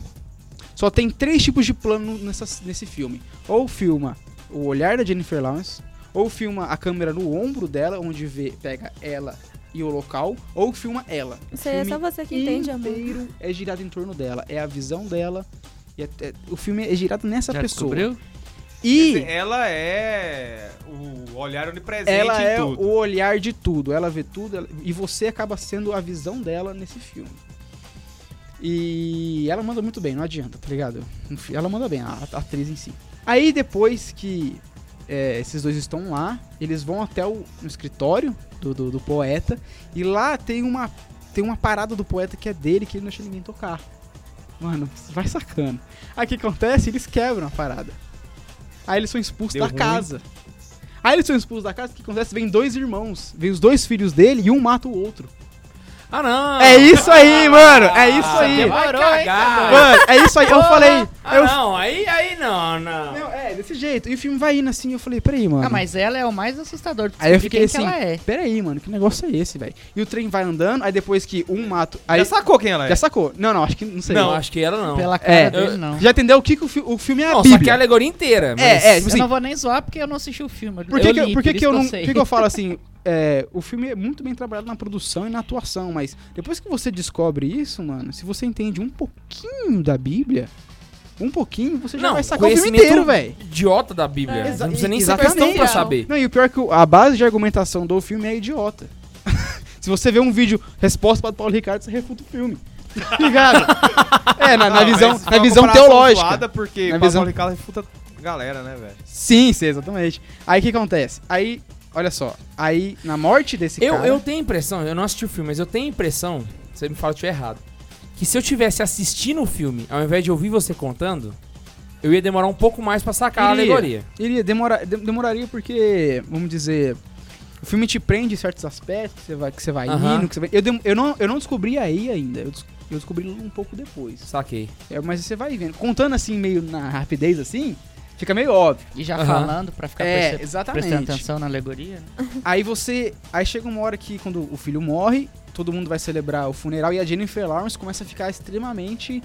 D: Só tem três tipos de plano nessa- nesse filme. Ou filma o olhar da Jennifer Lawrence, ou filma a câmera no ombro dela, onde vê, pega ela e o local, ou filma ela. O
E: Isso aí é
D: filme
E: só você que entende, amor.
D: inteiro é girado em torno dela, é a visão dela. E é- é- o filme é girado nessa
G: Já
D: pessoa.
G: descobriu?
D: E
B: Quer dizer, ela é o olhar onipresente
D: ela
B: em
D: é
B: tudo.
D: o olhar de tudo, ela vê tudo ela- e você acaba sendo a visão dela nesse filme. E ela manda muito bem, não adianta, tá ligado? Enfim, Ela manda bem, a a atriz em si. Aí depois que é, esses dois estão lá, eles vão até o no escritório do, do, do poeta e lá tem uma, tem uma parada do poeta que é dele que ele não deixa ninguém tocar. Mano, vai sacando. Aí o que acontece? Eles quebram a parada. Aí eles são expulsos
B: Deu
D: da
B: ruim.
D: casa. Aí eles são expulsos da casa, o que acontece? Vem dois irmãos. Vem os dois filhos dele e um mata o outro.
A: Ah, não!
D: É isso aí, mano! É isso
A: Ah,
D: aí!
A: Demorou,
D: Vai
A: hein,
D: cagar.
A: cara?
D: Mano, é isso aí, eu
A: Ah. Porra!
D: falei.
A: Ah,
D: eu-
A: não, aí, aí não, não.
D: Não, é, desse jeito. E o filme vai indo assim, eu falei, peraí, mano.
G: Ah, mas ela é o mais assustador de
D: Aí eu
G: descobrir
D: fiquei
G: quem
D: assim,
G: que ela é.
D: peraí, mano, que negócio é esse, velho? E o trem vai andando, aí depois que um mata. Aí,
B: Já sacou quem ela é.
D: Já sacou? Não, não, acho que não sei.
A: Não, acho que era não.
G: Pela cara
D: É.
G: dele, não.
D: Já entendeu o que, que o, fi- o filme é a
A: Não, só
D: Bíblia.
A: que é a alegoria inteira. Mas...
D: É, é, tipo
G: eu
D: assim,
G: não vou nem zoar porque eu não assisti o filme.
D: Por que,
G: eu
D: que,
G: li,
D: eu- por que
G: isso
D: que eu não.
G: sei.
D: Por que que eu falo assim? é, o filme é muito bem trabalhado na produção e na atuação, mas depois que você descobre isso, mano, se você entende um pouquinho da Bíblia, um pouquinho, você já
A: Não,
D: vai sacar o filme
A: conhecimento-
D: inteiro, velho.
A: Idiota da Bíblia.
E: É,
A: Não precisa nem ser
D: tipo exatamente.
A: questão pra saber.
D: Não, e o pior é que o- a base de argumentação do filme é idiota. se você vê um vídeo resposta para Paulo Ricardo, você refuta o filme. Tá Ligado? é, na, na
B: Não,
D: visão,
B: mas
D: na
B: é uma
D: visão
B: comparação
D: teológica.
B: zoada, porque
D: Na
B: na
D: visão-
B: visão Ricardo refuta a galera, né, velho?
D: Sim, sim, exatamente. Aí o que acontece? Aí, olha só, aí na morte desse
A: Eu,
D: cara.
A: eu tenho a impressão, eu não assisti o filme, mas eu tenho a impressão, você me fala que eu estiver errado, que se eu tivesse assistindo o filme, ao invés de ouvir você contando, eu ia demorar um pouco mais pra sacar
D: Iria.
A: a alegoria.
D: Iria, demora, de- demoraria porque, vamos dizer, o filme te prende em certos aspectos, que você vai, que você vai
A: Aham.
D: indo, que você vai... Eu, dem- eu, não, eu não descobri aí ainda, eu, des- eu descobri um pouco depois.
A: Saquei.
D: É, mas você vai vendo. Contando assim, meio na rapidez assim, fica meio óbvio.
G: E já
A: Aham.
G: falando pra ficar
D: assim? É,
G: perce-
D: exatamente.
G: prestando atenção na alegoria. né?
D: Aí você... Aí chega uma hora que quando o filho morre, todo mundo vai celebrar o funeral e a Jennifer Lawrence começa a ficar extremamente...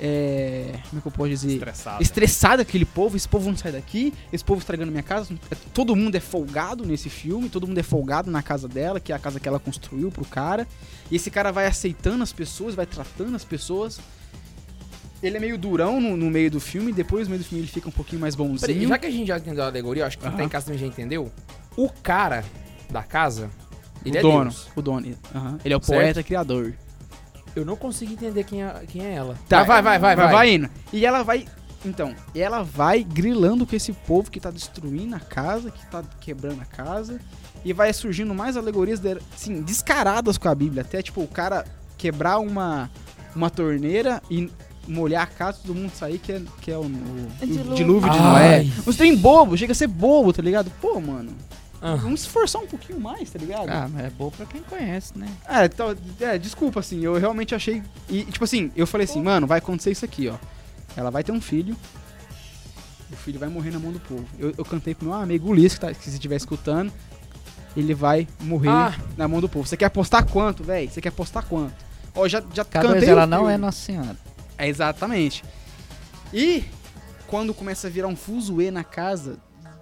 D: é, como é que eu posso dizer?
C: Estressado.
D: estressado aquele povo, esse povo não sai daqui, esse povo estragando minha casa. Todo mundo é folgado nesse filme, todo mundo é folgado na casa dela, que é a casa que ela construiu pro cara. E esse cara vai aceitando as pessoas, vai tratando as pessoas. Ele é meio durão no, no meio do filme, depois no meio do filme ele fica um pouquinho mais
A: Peraí,
D: bonzinho.
A: já que a gente já entendeu a alegoria, eu acho que quem tá
D: Aham.
A: em casa também já entendeu, o cara da casa, ele
D: o
A: é
D: dono,
A: Deus.
D: o dono. aham. Ele é o
A: Certo?
D: poeta criador.
A: Eu não consigo entender quem é, quem é ela.
D: Tá,
A: Mas vai, vai, vai, vai.
D: vai, indo. E ela vai. Então, ela vai grilando com esse povo que tá destruindo a casa, que tá quebrando a casa. E vai surgindo mais alegorias, de- assim, descaradas com a Bíblia. Até, tipo, o cara quebrar uma, uma torneira e molhar a casa, todo mundo sair, que é, que é o, o- o dilúvio.
E: Dilúvio.
D: de
A: Ai.
D: Noé. Uns trem bobo, chega a ser bobo, tá ligado? Pô, mano,
A: Ah.
D: vamos se esforçar um pouquinho mais, tá ligado?
G: Ah, mas é bom pra quem conhece, né?
D: É, então, é, desculpa, assim, eu realmente achei. E, tipo assim, eu falei assim, mano, vai acontecer isso aqui, ó. Ela vai ter um filho. O filho vai morrer na mão do povo. Eu, eu cantei pro meu amigo o Ulisses, que, tá, que se estiver escutando, ele vai morrer
A: Ah.
D: na mão do povo. Você quer apostar quanto, velho? Você quer apostar quanto? Ó, já, já
G: K2,
D: cantei.
G: ela
D: o
G: não
D: filme.
G: é Nossa Senhora.
D: É, exatamente. E quando começa a virar um fuzuê na casa,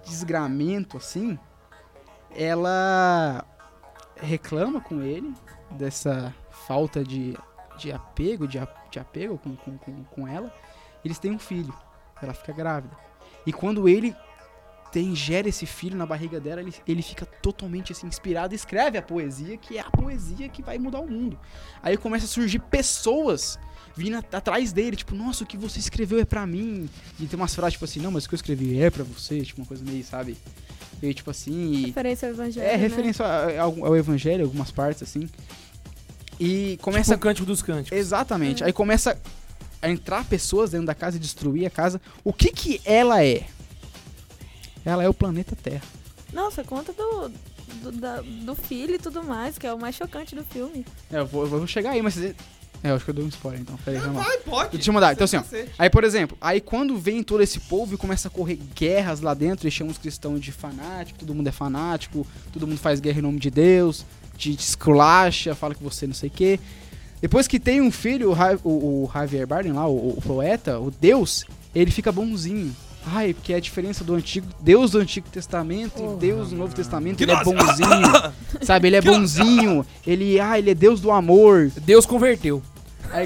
D: desgramento assim, ela reclama com ele dessa falta de, de apego, de, a- de apego com, com, com, com ela. Eles têm um filho, ela fica grávida. E quando ele tem, gera esse filho na barriga dela, ele, ele fica totalmente assim, inspirado e escreve a poesia, que é a poesia que vai mudar o mundo. Aí começa a surgir pessoas vindo at- atrás dele, tipo, nossa, o que você escreveu é pra mim. E tem umas frases, tipo assim, não, mas o que eu escrevi é pra você, tipo, uma coisa meio, sabe? Meio tipo assim. e-
E: Referência ao evangelho.
D: é
E: né?
D: referência a- a- ao, ao evangelho, algumas partes assim. E começa.
A: Tipo o Cântico dos Cânticos.
D: Exatamente. Aí começa a entrar pessoas dentro da casa e destruir a casa. O que que ela é? Ela é o planeta Terra.
E: Nossa, conta do, do, da- do filho e tudo mais, que é o mais chocante do filme.
D: É, eu vou, eu vou chegar aí, mas. vocês- É, eu acho que eu dei um spoiler então. Peraí, vamos lá.
B: Vai, pode.
D: Deixa eu mudar. Então, assim, ó.
B: Cacete.
D: Aí, por exemplo, aí quando vem todo esse povo e começa a correr guerras lá dentro, eles chamam os cristãos de fanático, todo mundo é fanático, todo mundo faz guerra em nome de Deus, te, te esculacha, fala que você não sei o quê. Depois que tem um filho, o, Ja- o- o Javier Bardem lá, o, o poeta, o Deus, ele fica bonzinho. Ai, porque é a diferença do antigo Deus do Antigo Testamento e Deus do Novo Testamento, ele é bonzinho. sabe, ele é bonzinho. Ele, ah, ele é Deus do amor.
A: Deus converteu.
D: Aí,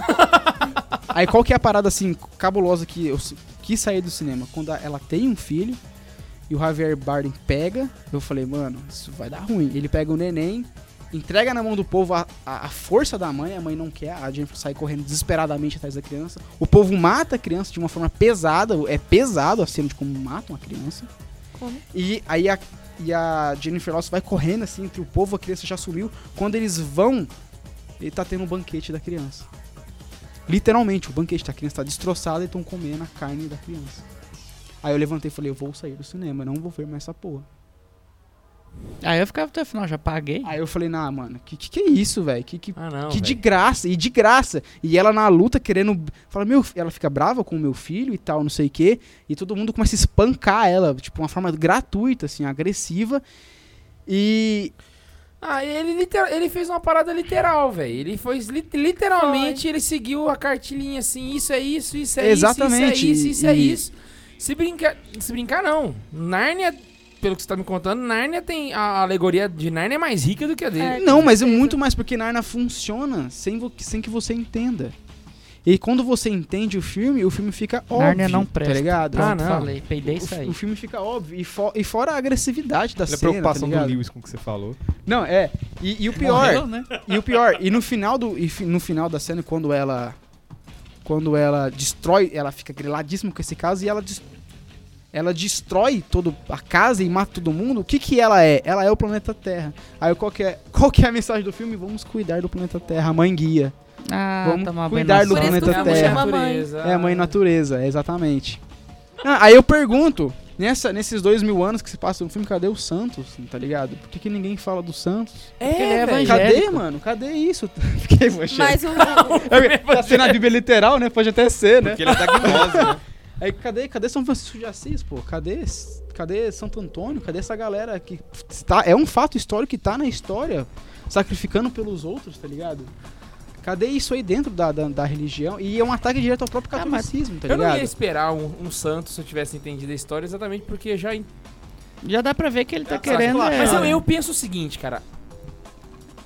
D: aí qual que é a parada assim cabulosa que eu s- quis sair do cinema? Quando a- ela tem um filho e o Javier Bardem pega, eu falei, mano, isso vai dar ruim. Ele pega o neném, entrega na mão do povo a, a- a força da mãe, a mãe não quer, a Jennifer sai correndo desesperadamente atrás da criança. O povo mata a criança de uma forma pesada, é pesado a cena de como matam a criança.
E: Como?
D: E aí a, e a Jennifer Lawson vai correndo assim entre o povo, a criança já sumiu. Quando eles vão, ele tá tendo um banquete da criança. Literalmente, o banquete da criança tá destroçado e estão comendo a carne da criança. Aí eu levantei e falei, eu vou sair do cinema, eu não vou ver mais essa porra.
G: Aí eu ficava até o final, já paguei.
D: Aí eu falei, nah, mano, que que, que é isso, velho? Que, que,
A: Ah, não.
D: que de
A: velho.
D: graça, e de graça. E ela na luta querendo. Fala, meu, ela fica brava com o meu filho e tal, não sei o quê. E todo mundo começa a espancar ela, tipo, uma forma gratuita, assim, agressiva. E
A: Ah, ele, liter- ele fez uma parada literal, velho. Ele foi li- literalmente, ele seguiu a cartilinha assim, isso é isso, isso é
D: Exatamente,
A: isso, isso é
D: e-
A: isso, isso é isso. Se brincar, se brincar não. Nárnia, pelo que você tá me contando, Nárnia tem a alegoria de Nárnia é mais rica do que a dele.
E: É,
D: Não,
E: com
D: mas é
E: certeza.
D: muito mais porque Narnia funciona sem, vo- sem que você entenda. E quando você entende o filme, o filme fica óbvio.
G: Narnia não presta.
D: Tá ligado?
A: Ah,
G: Pronto,
A: não.
G: falei, peidei isso
D: o,
G: aí.
D: o filme fica óbvio. E, fo- e fora a agressividade
C: Olha
B: é
D: da
C: a
D: cena,
C: é preocupação
D: tá
C: do
D: ligado?
C: Lewis com o que você falou.
D: Não, é. E, e o pior,
G: Morreu, né?
D: e o pior, e no final do e fi- no final da cena quando ela quando ela destrói, ela fica griladíssima com esse caso e ela des- ela destrói todo a casa e mata todo mundo. O que que ela é? Ela é o planeta Terra. Aí qual que é, qual que é a mensagem do filme? Vamos cuidar do planeta Terra, a mãe guia.
G: Ah,
D: Vamos
G: tomar
D: cuidar
G: banho
D: do
G: na
E: tá Por isso
G: sopa.
E: que o
D: planeta
E: filme
D: Terra.
E: chama mãe.
A: natureza.
D: É a mãe natureza, exatamente. Ah, aí eu pergunto, nessa, nesses dois mil anos que se passa no filme, cadê o Santos, tá ligado? Por que, que ninguém fala do Santos?
A: É,
G: Porque ele é
A: velho.
G: evangélico.
D: Cadê, mano? Cadê isso? Fiquei poxa.
E: Mas o, o-
D: É, tá sendo a Bíblia literal, né? Pode até ser, né?
B: Porque ele é da gnose, né?
D: Aí, cadê, cadê São Francisco de Assis, pô? Cadê, s- cadê Santo Antônio? Cadê essa galera que tá, é um fato histórico que tá na história, sacrificando pelos outros, tá ligado? Cadê isso aí dentro da, da, da religião? E é um ataque direto ao próprio
G: Ah, mas
D: catolicismo, tá
A: eu não
D: ligado?
A: ia esperar um, um santo se eu tivesse entendido a história exatamente porque já en-
G: Já dá pra ver que ele tá
A: Sabe,
G: querendo.
A: claro.
G: é,
A: Mas eu, eu penso o seguinte, cara.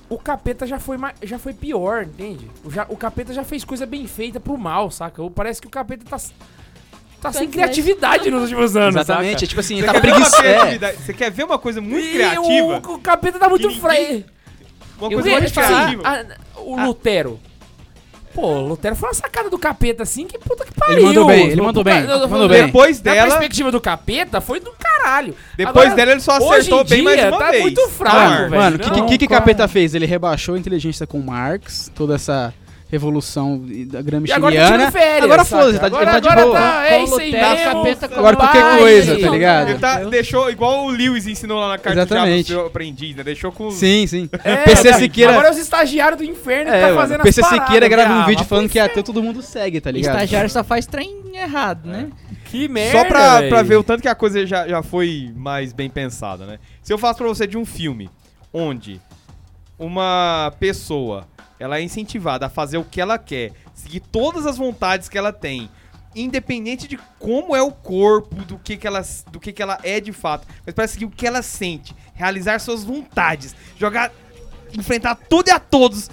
A: O capeta já foi, ma- já foi pior, entende? O, já- o capeta já fez coisa bem feita pro mal, saca? Ou parece que o capeta tá, s- tá sem
E: Pois é.
A: criatividade nos últimos anos,
D: Exatamente, é
A: saca?
D: tipo assim,
B: Você
D: ele tá
B: quer ver uma
D: preguiçoso. É.
B: criatividade- Você quer ver uma coisa muito
A: E
B: criativa?
A: O, o capeta tá muito
B: ninguém-
A: fraco.
B: Uma
A: Eu
B: coisa
A: vejo
B: muito
A: falar
D: "Ah,
B: criativa.
A: a- o Lutero. Pô, o Lutero foi uma sacada do capeta assim, que puta que pariu.
D: Ele mandou bem, ele
A: Não,
D: mandou
A: puta-
D: bem,
A: eu- eu-
D: mandou
A: eu-
D: bem.
B: Depois
A: Na
B: dela,
A: perspectiva do capeta, foi do caralho.
B: depois
A: Agora,
B: dela ele só
A: Hoje
B: acertou
A: em
B: bem
A: dia,
B: mais uma
A: tá
B: vez.
A: muito fraco,
D: Mano,
A: velho.
D: mano, o que, que,
A: Não,
D: que, que
A: claro.
D: Capeta fez? Ele rebaixou a inteligência com Marx, toda essa revolução da
A: E agora tá
D: gramsciana.
A: tirando férias.
D: agora
A: saca?
D: foda-se, tá-
A: agora,
D: ele tá de
A: agora
D: boa.
A: Tá, é isso aí
G: Tá,
A: mesmo.
G: capeta com
D: Agora qualquer
A: Vai,
D: coisa, tá
A: então.
D: ligado?
B: Ele tá, deixou, igual o Lewis ensinou lá na carta
D: Exatamente.
B: do diabo do seu aprendiz, né? Deixou com...
D: Sim, sim.
A: É,
D: PC
A: cara,
D: Siqueira-
A: Agora é os estagiários do inferno que
D: É,
A: tá
D: mano,
A: fazendo
D: o PC
A: as paradas,
D: Siqueira grava um
A: viado.
D: vídeo falando que é ateu, todo mundo segue, tá ligado?
G: Estagiário só faz trem errado, né?
A: Que merda,
B: Só pra,
A: velho.
B: pra ver o tanto que a coisa já, já foi mais bem pensada, né? Se eu faço pra você de um filme onde uma pessoa ela é incentivada a fazer o que ela quer, seguir todas as vontades que ela tem, independente de como é o corpo, do que, que ela, do que, que ela é de fato, mas parece que o que ela sente, realizar suas vontades, jogar, enfrentar tudo e a todos,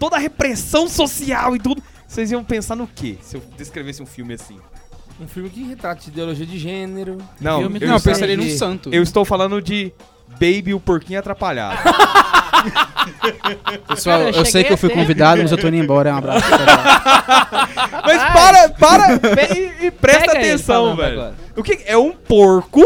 B: toda a repressão social e tudo. Vocês iam pensar no quê se eu descrevesse um filme assim?
A: Um filme que retrata ideologia de gênero.
B: Não,
A: filme
B: eu,
D: não, eu
B: estou,
D: pensaria num
A: entendi.
D: santo.
B: eu estou falando de Baby o Porquinho Atrapalhado.
D: Pessoal,
G: Ah, Cara, eu
D: eu sei que eu fui
G: cheguei a ter-
D: convidado, mas eu tô indo embora. É um abraço. tchau, tchau.
B: mas para, para pe- e, e presta
G: Pega ele
B: atenção,
G: falando
B: velho.
G: agora.
B: O que é um porco?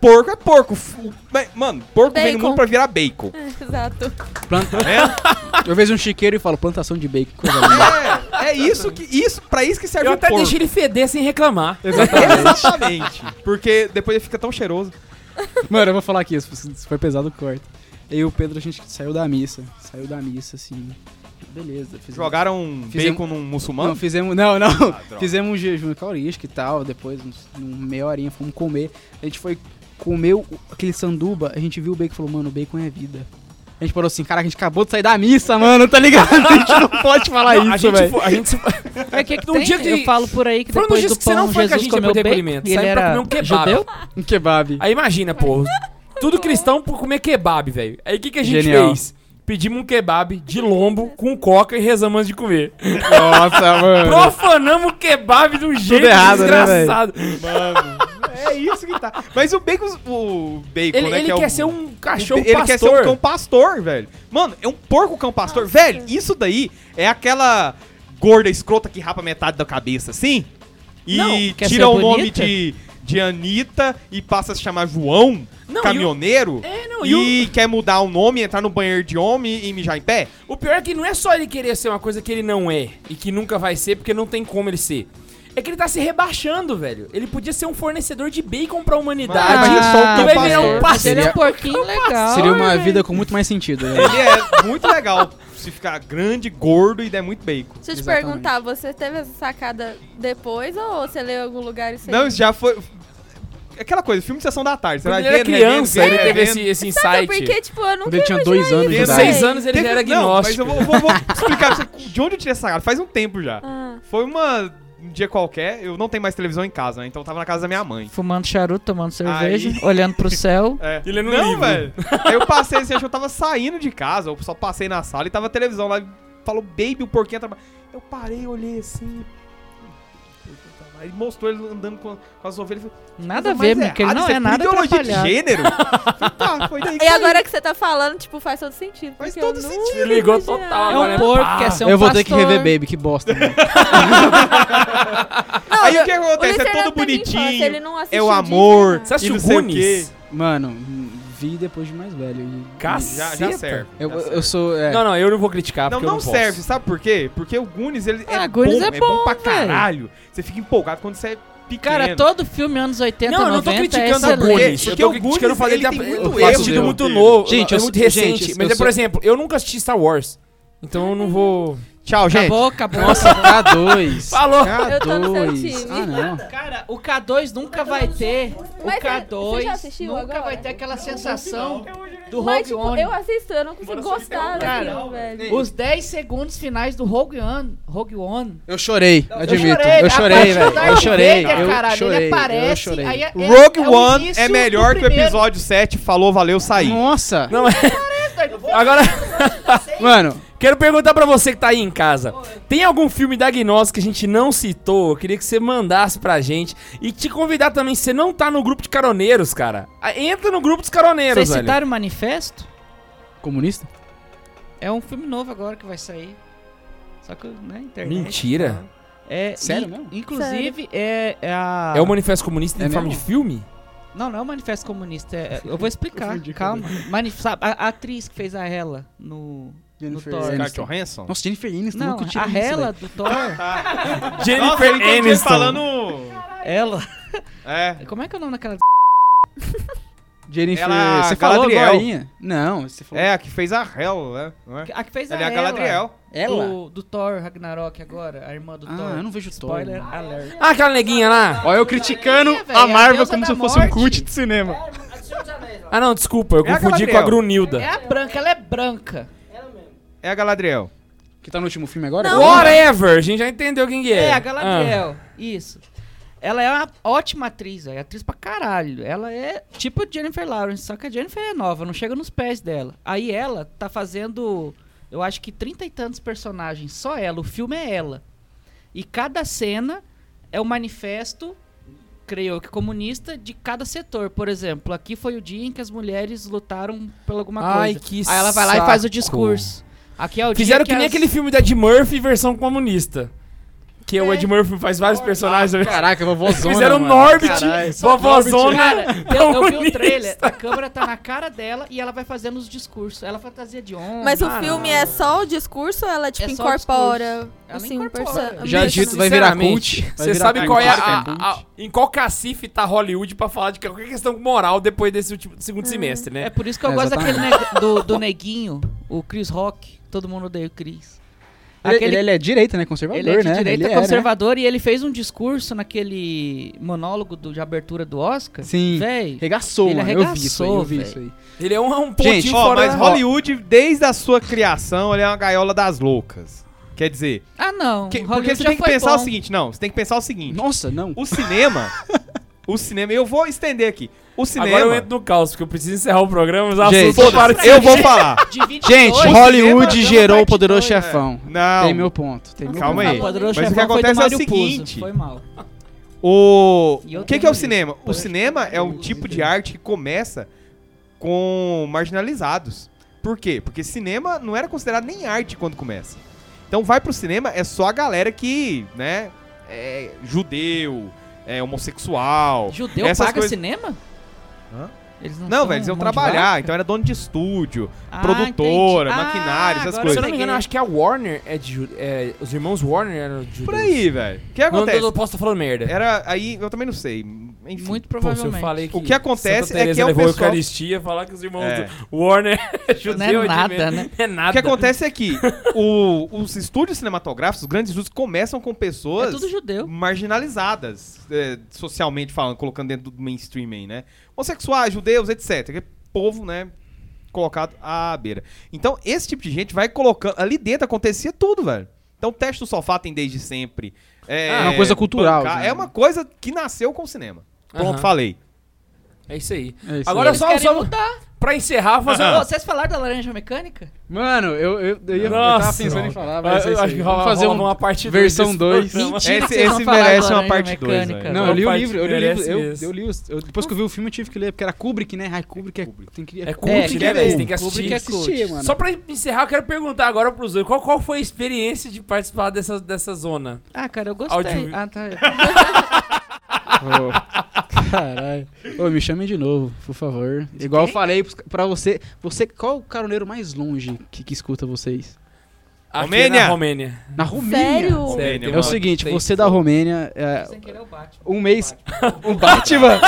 B: Porco é porco. F- mas, Mano, porco vem no
E: Bacon.
B: mundo pra virar bacon.
E: Exato.
D: Planta...
A: É.
D: Eu vejo um chiqueiro e falo plantação de bacon. Coisa linda.
B: É, é isso que isso para isso que serve
A: Eu
B: o
A: até
B: porco.
A: deixo ele feder sem reclamar.
B: Exatamente. Porque depois ele fica tão cheiroso.
D: Mano, eu vou falar aqui, se for- se for pesado, corta. Eu e o Pedro, a gente saiu da missa. Saiu da missa, assim. Beleza. Fizemos...
B: Jogaram um
D: Fizemos-
B: bacon num muçulmano.
D: Não, fizemos. Não, não.
B: droga.
D: fizemos um jejum calorístico e tal. Depois, uns, um meia horinha, fomos comer. A gente foi comer o- aquele sanduba. A gente viu o bacon e falou, mano, o bacon é vida. A gente falou assim, caraca, a gente acabou de sair da missa, mano, tá ligado? A gente não pode falar
A: a
D: É isso,
A: gente,
D: velho.
A: fo- a gente se-
G: Mas o É que, que
A: É. Num
G: tem? né?
A: dia que-
G: Eu falo por aí que
A: Foi um dos
G: depois
A: dias
G: do
A: que você não
G: pão
A: foi que a
G: Jesus
A: gente
G: comeu
A: comeu
G: bacon,
A: alimento,
G: e ele
A: saiu pra
G: era
A: comer um kebab.
G: judeu?
D: Um kebab.
A: Aí imagina, pô. Tudo cristão por comer kebab, velho. Aí o que, que a gente
D: Genial.
A: fez? Pedimos um kebab de lombo com coca e rezamos antes de comer.
D: Nossa, mano.
A: Profanamos o kebab de um jeito
D: errado, né,
A: desgraçado.
B: É isso que tá. Mas o bacon, o bacon,
A: ele
B: né,
A: ele
B: que é
A: quer
B: o-
A: ser um cachorro
B: ele
A: pastor.
B: quer ser um cão pastor, velho. Mano, é um porco cão pastor.
E: Nossa.
B: Velho, isso daí é aquela gorda escrota que rapa metade da cabeça, assim. E
G: Não, quer ser
B: tira o nome
G: bonita?
B: de, de Anitta e passa a se chamar João,
A: Não,
B: caminhoneiro.
A: e o- é, não,
B: e
A: e o-
B: quer mudar o nome, entrar no banheiro de homem e mijar em pé.
A: O pior é que não é só ele querer ser uma coisa que ele não é e que nunca vai ser, porque não tem como ele ser. É que ele tá se rebaixando, velho. Ele podia ser um fornecedor de bacon pra humanidade.
B: Mas- é só o
A: tu vai virar um
G: Mas
A: pastor.
G: ele é
D: Seria-
G: um porquinho legal.
D: Seria uma
G: velho.
D: vida com muito mais sentido,
A: um
D: né?
B: Ele é muito legal se ficar grande, gordo e der muito bacon.
E: Deixa eu te
D: Exatamente.
E: perguntar, você teve essa sacada depois ou você leu em algum lugar isso aí?
B: Não, isso já foi... Aquela coisa, filme de Sessão da Tarde. Você
A: Quando
B: vai
A: ele era
B: vendo,
A: criança,
B: revendo,
A: ele teve
B: revendo.
A: esse, esse
E: Sabe,
A: insight.
E: porque, tipo, eu
D: Quando
E: nunca
D: ele tinha dois anos de
E: imaginei isso. né?
A: Com
D: idade.
A: seis anos ele já era
B: um- Não, mas
A: agnóstico.
B: eu vou, vou- vou explicar pra você de onde eu tirei essa cara. Faz um tempo já.
E: Ah,
B: Foi uma, um dia qualquer, eu não tenho mais televisão em casa, né? Então eu tava na casa da minha mãe.
G: Fumando charuto, tomando cerveja,
B: Aí-
G: olhando pro céu.
B: É.
A: E lendo um
B: não,
A: livro.
B: velho. Aí eu passei assim, acho que eu tava saindo de casa, eu só passei na sala e tava a televisão lá. Falou, baby, o porquinho trabalha. Eu parei, olhei assim. Ele mostrou ele andando com, com as ovelhas. Falei,
G: Nada a
B: "Coisa
G: ver,
B: mais
A: ah,
G: porque ele
B: errada,
G: não
B: isso
G: é nada
B: ideologia de
G: atrapalhado.
B: gênero. Falei, tá, foi daí que
E: E
B: saiu.
E: agora que você tá falando, tipo, faz todo sentido.
B: Faz
E: porque eu
B: todo
E: nunca
A: Ele ligou
E: imaginava.
A: total
G: É
A: agora.
G: um
A: né?
G: porco,
A: Pá.
G: quer ser um
D: eu vou ter que
G: pastor.
D: rever Baby, que bosta. mano.
E: Não,
B: Aí o
E: eu-
B: que
E: o
B: acontece? É
E: Luciano
B: todo
E: teve infância, ele
B: bonitinho.
E: não
B: É
E: assistiu
B: o
E: Disney,
B: amor.
E: né?
A: Você assistiu
B: e não sei o
A: Goonies?
B: quê.
D: Mano, vi depois de mais velho. e-
A: Caceta.
B: Já, já serve.
D: Eu,
B: já
D: eu
B: serve.
D: sou. é,
A: Não, não, eu não vou criticar,
B: Não,
A: porque
B: não,
A: eu não posso.
B: serve, sabe por quê? Porque o Goonies, ele
G: Ah,
B: é,
G: Goonies
B: bom,
G: é
B: é bom
G: bom,
B: pra
G: velho.
B: caralho. Você fica empolgado quando você é pequeno.
G: Cara, todo filme anos 80,
A: Não, eu não tô
G: 90 é
A: criticando o
G: excelente.
A: Goonies.
B: Porque
A: eu tô
B: o
A: criticando
B: Goonies,
A: eu falei
B: ele
A: da-
B: tem muito
A: eu
D: erro,
A: faço de
D: meu
A: muito
B: Deus.
A: novo.
D: Gente,
A: é
D: eu
A: muito
D: sou-
A: recente.
D: gente,
A: mas,
D: eu
A: é, por
D: sou- Hum.
A: exemplo, eu nunca assisti Star Wars. Então eu não vou...
B: Tchau, gente.
G: Acabou, acabou.
D: Tá Nossa, K2.
A: Falou!
E: Eu tô no seu
D: K2.
E: time.
D: Ah, não.
G: Cara, o K2 nunca vai ter. O
E: Mas é, você- você já
G: K2
E: assistiu
G: nunca
E: agora?
G: vai ter aquela sensação do
E: Mas,
G: Rogue
E: tipo,
G: One.
E: eu assisto, eu não consigo gostar do
G: Cara,
E: filme, velho.
G: Os 10 segundos finais do Rogue One. Rogue One.
D: Eu chorei, admito.
G: a
D: Eu chorei,
G: parte do
D: velho. Eu
G: Darth
D: chorei.
G: Vader,
D: Eu
G: caralho, Ele
D: chorei.
G: aparece,
D: Eu chorei.
G: aí é-
B: Rogue
G: é o
B: One
G: início
B: é melhor
G: do
B: que o
G: primeiro.
B: episódio 7. Falou, valeu, saí.
D: Nossa.
A: Não, é. agora,
D: Mano,
A: quero perguntar pra você que tá aí em casa. Tem algum filme da Gnose que a gente não citou? Eu queria que você mandasse pra gente. E te convidar também, se você não tá no grupo de caroneiros, cara. ah, Entra no grupo dos caroneiros,
G: Vocês
A: velho.
G: citaram o Manifesto?
D: comunista?
G: É um filme novo agora que vai sair. Só que na internet.
A: Mentira.
G: É,
D: Sério
G: in-
D: mesmo?
G: Inclusive, É, é a.
A: É o Manifesto Comunista em
D: É
A: forma de
D: mesmo?
A: filme?
G: Não, não é o Manifesto Comunista. é- é- eu vou explicar,
D: Confundi,
G: calma. Manif sabe, a, a atriz que fez a Hela no.
D: Jennifer
G: Thor.
D: Aniston.
B: Scarlett Johansson?
D: Nossa, Jennifer Aniston.
G: Não,
D: nunca tinha
G: a
D: visto,
G: Hela
D: velho.
G: do Thor.
B: Nossa, eu entendi ele tá falando...
G: ela.
B: É.
G: Como é que é o nome daquela.
D: Jennifer.
B: Ela-
D: você falou
B: Galadriel.
D: agorinha? Não, você falou.
B: É, a que fez a Hell, né? Não é?
G: A que fez
B: Ela é
G: a
B: a Galadriel.
D: Ela?
G: Do, do Thor Ragnarok agora, a irmã do
D: Ah,
G: Thor.
D: eu não vejo Thor. né?
G: Spoiler alert.
A: Ah, aquela neguinha lá.
D: Olha eu criticando
G: É, velho, a deusa da morte.
D: um de cinema.
A: Ah, não, desculpa, eu
B: É a
A: confundi
B: Galadriel.
A: com a Grunilda.
G: É a branca, ela é branca.
B: É a Galadriel.
D: Que tá no último filme agora?
E: Não.
A: Whatever, a gente já entendeu quem que é.
G: É, a Galadriel. Isso. Ela é uma ótima atriz, velho. Atriz pra caralho. Ela é tipo Jennifer Lawrence, só que a Jennifer é nova, não chega nos pés dela. Aí ela tá fazendo, eu acho que trinta e tantos personagens, só ela. O filme é ela. E cada cena é um manifesto, creio eu que comunista, de cada setor. Por exemplo, aqui foi o dia em que as mulheres lutaram por alguma
A: Ai,
G: coisa.
A: que
G: Aí ela vai lá e faz o
A: saco.
G: discurso. Aqui é o
A: Ah. Fizeram
G: dia
A: que nem
G: as-
A: aquele filme da Ed Murphy versão comunista. Que o
G: É.
A: Ed Murphy faz vários personagens.
D: Caraca, vovózona.
A: Fizeram
D: mano.
A: Norbit,
D: Caralho. né?
A: vovózona.
G: Cara, eu, eu vi o
A: comunista.
G: trailer, a câmera tá na cara dela e ela vai fazendo os discursos. Ela fantasia de homem.
E: Mas o
A: Ah,
E: filme
A: não.
E: é só o discurso ou ela, tipo,
G: É só o
E: incorpora?
G: Ela
E: assim,
G: incorpora.
E: um perso-
D: Já
E: um
D: dito,
E: personagem?
D: vai virar
A: Sinceramente,
D: cult. Vai
A: Você
D: virar
A: sabe
D: cult.
A: qual é a,
D: Vai virar
A: a- a- Em qual cacife tá Hollywood pra falar de qualquer questão moral depois desse último, segundo semestre,
G: É
A: né?
G: por isso que eu
D: Hum. É,
G: gosto daquele
D: exatamente.
G: neg- do, do neguinho, o Chris Rock. Todo mundo odeia o Chris.
D: Ele,
G: Aquele-
D: ele é direita, né? Conservador,
G: ele é de
D: né?
G: direita
D: ele é, né?
G: conservador e ele fez um discurso naquele monólogo do- de abertura do Oscar.
D: Sim.
G: Véi,
D: Regaçou,
G: Ele
D: mano. Eu vi isso aí, eu
G: arregaçou,
D: vi
G: velho.
D: isso aí.
A: Ele é um, um pontinho
B: Gente, ó,
A: fora
B: mas
A: da-
B: Hollywood, desde a sua criação, ele é uma gaiola das loucas. Quer dizer,
G: ah não.
B: que-
G: Hollywood
B: porque você
G: já
B: tem que
G: foi
B: pensar o
G: bom.
B: seguinte, não, você tem que pensar o seguinte.
D: Nossa, não.
B: O cinema, o cinema, eu vou estender aqui. O cinema,
A: Agora eu entro no caos, porque eu preciso encerrar o programa, os
D: Gente,
A: assuntos
B: Foda-se,
A: parecem-
B: eu vou falar.
G: De 22,
D: Gente, Hollywood
B: cinema,
D: gerou o
G: parte
D: poderoso
G: dois,
D: chefão.
B: um Não.
D: Tem meu ponto. Tem meu
B: Calma
D: ponto.
B: aí.
G: o Poderoso
B: Mas o que
G: Chefão foi do
B: acontece é o
G: Mário Puzo,
B: seguinte.
G: Foi mal.
B: O,
G: E eu
B: o que,
G: tenho
B: que é o
G: isso.
B: cinema? O
G: Pode
B: cinema
G: ficar
B: é um
G: nervoso,
B: tipo de
G: entendeu?
B: arte que começa com marginalizados. Por quê? Porque cinema não era considerado nem arte quando começa. Então vai pro cinema é só a galera que, né, é judeu, é homossexual.
G: Judeu
B: Essas
G: paga
B: coisas-
G: cinema?
B: Hã?
G: Eles
B: Não, velho, eles iam
G: são mão de vaca?
B: trabalhar, então era dono de estúdio.
G: Ah,
B: produtora,
G: entendi. Ah,
B: maquinário, essas
G: agora
B: coisas.
A: Se eu não me
G: peguei.
A: engano, eu acho que a Warner é de. ju- é, os irmãos Warner eram de.
B: Por
A: judeus.
B: aí, velho. O que
A: Não, eu
B: acontece? É,
A: eu posso estar falando merda.
B: Era aí, eu também não sei. Enfim.
G: Muito
A: Pô, se
G: provavelmente.
A: eu falei que
B: O que acontece
A: Santa
B: é que
A: Teresa
B: é o
A: levou
B: pessoal-
A: a Eucaristia, falar que os irmãos
B: É.
A: do Warner é judeu
G: Não é
A: de
G: nada,
A: merda.
G: né?
A: É nada.
B: O que acontece é que o- os estúdios cinematográficos, os grandes estúdios, começam com
G: É
B: pessoas
G: tudo judeu.
B: marginalizadas, é, socialmente falando, colocando dentro do mainstream aí, né? Homossexuais, judeus, etc. Que é povo, né? Colocado à beira. Então, esse tipo de gente vai colocando. Ali dentro acontecia tudo, velho. Então, o teste do sofá tem desde sempre. É,
D: É uma coisa cultural,
B: bancar-
D: já.
B: É uma coisa que nasceu com o cinema. Pronto,
A: Aham.
B: falei.
A: É isso aí.
D: É isso
A: Agora
D: aí.
G: Eles
A: só-
G: querem
A: só-
G: mudar.
A: Pra encerrar, vou fazer
B: Ah.
G: Ô, vocês falaram da laranja mecânica?
D: Mano, eu, eu, eu, ia- eu tava
A: Nossa,
D: pensando em
A: não.
D: falar,
A: Eu
D: mas é isso
A: acho
D: aí.
A: que
D: Vamos
A: rola-
D: fazer
A: rola
D: um-
A: uma parte dois
D: versão
A: desse
D: dois.
A: programa.
G: Mentira
B: Esse-
G: que vocês
B: esse
G: não falaram
B: merece
G: da
B: uma
G: laranja
B: parte dois,
G: mecânica.
B: velho.
D: Não, eu li o
A: Parte
D: livro, eu li o livro,
A: um merece
D: eu,
A: isso.
D: eu li os, eu- depois que eu vi o filme eu tive que ler, porque era Kubrick, né? Ai, Kubrick é, tem que,
A: É
D: Kubrick,
A: cult,
G: que
A: né,
G: é
A: velho?
G: cult.
A: Tem que
G: Kubrick
A: assistir.
G: é
D: assistir, mano.
A: Só pra encerrar, eu quero perguntar agora pros dois. Qual, qual foi a experiência de participar dessa, dessa zona?
G: Ah, cara, eu gostei.
A: Áudio-
G: Ah, tá.
D: Ô, Caralho. Ô, me chamem de novo, por favor. Igual eu
G: quem?
D: falei pros- pra você, você, qual o caroneiro mais longe que, que escuta vocês?
A: Aqui
B: Romênia?
A: Na Romênia.
D: Na Romênia.
E: Sério?
A: Sério, tem
D: É
A: uma-
D: o seguinte,
A: tem-
D: você da Romênia, é,
G: Sem querer o Batman.
D: um mês... O Batman!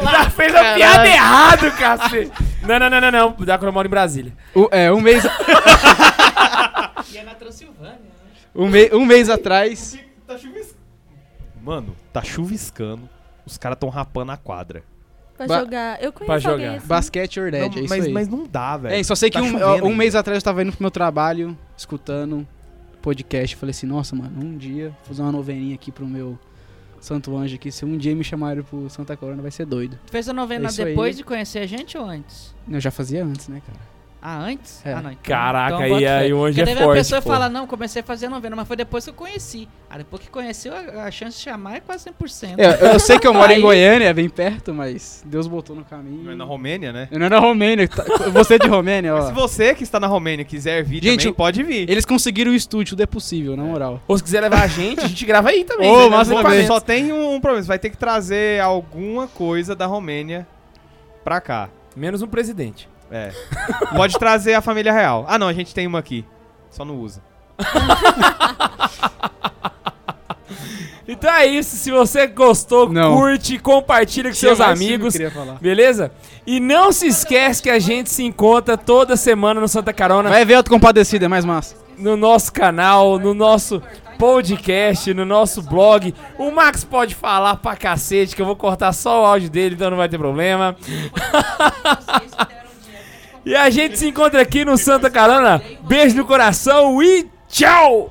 A: Já fez a piada errado, cacete. Não, não, não, não, não. Dá quando eu moro em Brasília.
D: O- é, um mês,
G: E é na Transilvânia. né?
D: um, me- um mês atrás...
B: Mano, tá chuviscando. Os caras tão rapando a quadra.
E: Pra
D: Ba-
E: jogar. Eu conheço
A: jogar.
E: alguém assim.
D: Basquete or Dead,
B: Não,
D: é isso
B: mas,
D: aí.
B: mas não dá, velho.
D: É, só sei que
B: Tá
D: um,
B: chovendo,
D: ó, um mês atrás eu tava indo pro meu trabalho, escutando podcast. Falei assim, nossa, mano, um dia, vou fazer uma noveninha aqui pro meu Santo Anjo aqui. Se um dia me chamarem pro Santa Corona, vai ser doido.
G: Tu fez a novena
D: Isso aí.
G: depois de conhecer a gente ou antes?
D: Eu já fazia antes, né, cara?
G: Ah, antes?
D: É.
G: Ah, não. então-
A: Caraca,
G: então bota
A: e
G: fé.
A: aí o anjo
G: Porque
A: é
G: teve
A: forte,
G: a pessoa
A: pô.
G: fala, não, comecei a fazer a novena, mas foi depois que eu conheci. Ah, depois que conheceu, a, a chance de chamar é quase 100%.
D: É, eu, eu sei que eu moro em
G: Aí-
D: Goiânia, é bem perto, mas Deus botou no caminho.
B: Não é na Romênia, né?
D: Eu não era Romênia, tá- você é de Romênia,
B: Mas se
D: ó.
B: você que está na Romênia quiser vir
D: Gente,
B: também,
D: eu-
B: pode vir.
D: Eles conseguiram o estúdio, tudo é possível, na moral.
A: Ou se quiser levar a gente, a gente grava aí também.
D: Ô,
A: né?
D: massa
A: Não
B: Só-
A: tem
D: também.
A: problema.
B: Só tem um, um problema, você vai ter que trazer alguma coisa da Romênia pra cá.
A: Menos um presidente.
B: É. pode trazer a família real. Ah, não, a gente tem uma aqui. Só não usa.
A: Então é isso. Se você gostou,
D: Não.
A: curte, compartilha com seus
D: Tinha mais filme que eu
A: amigos.
D: queria falar.
A: Beleza? E não se esquece que a gente se encontra toda semana no Santa Carona,
D: Vai ver outro compadecido, é mais massa.
A: no nosso canal, no nosso podcast, no nosso blog. O Max pode falar pra cacete, que eu vou cortar só o áudio dele, então não vai ter problema. E a gente se encontra aqui no Santa Carona. Beijo no coração e Tchau!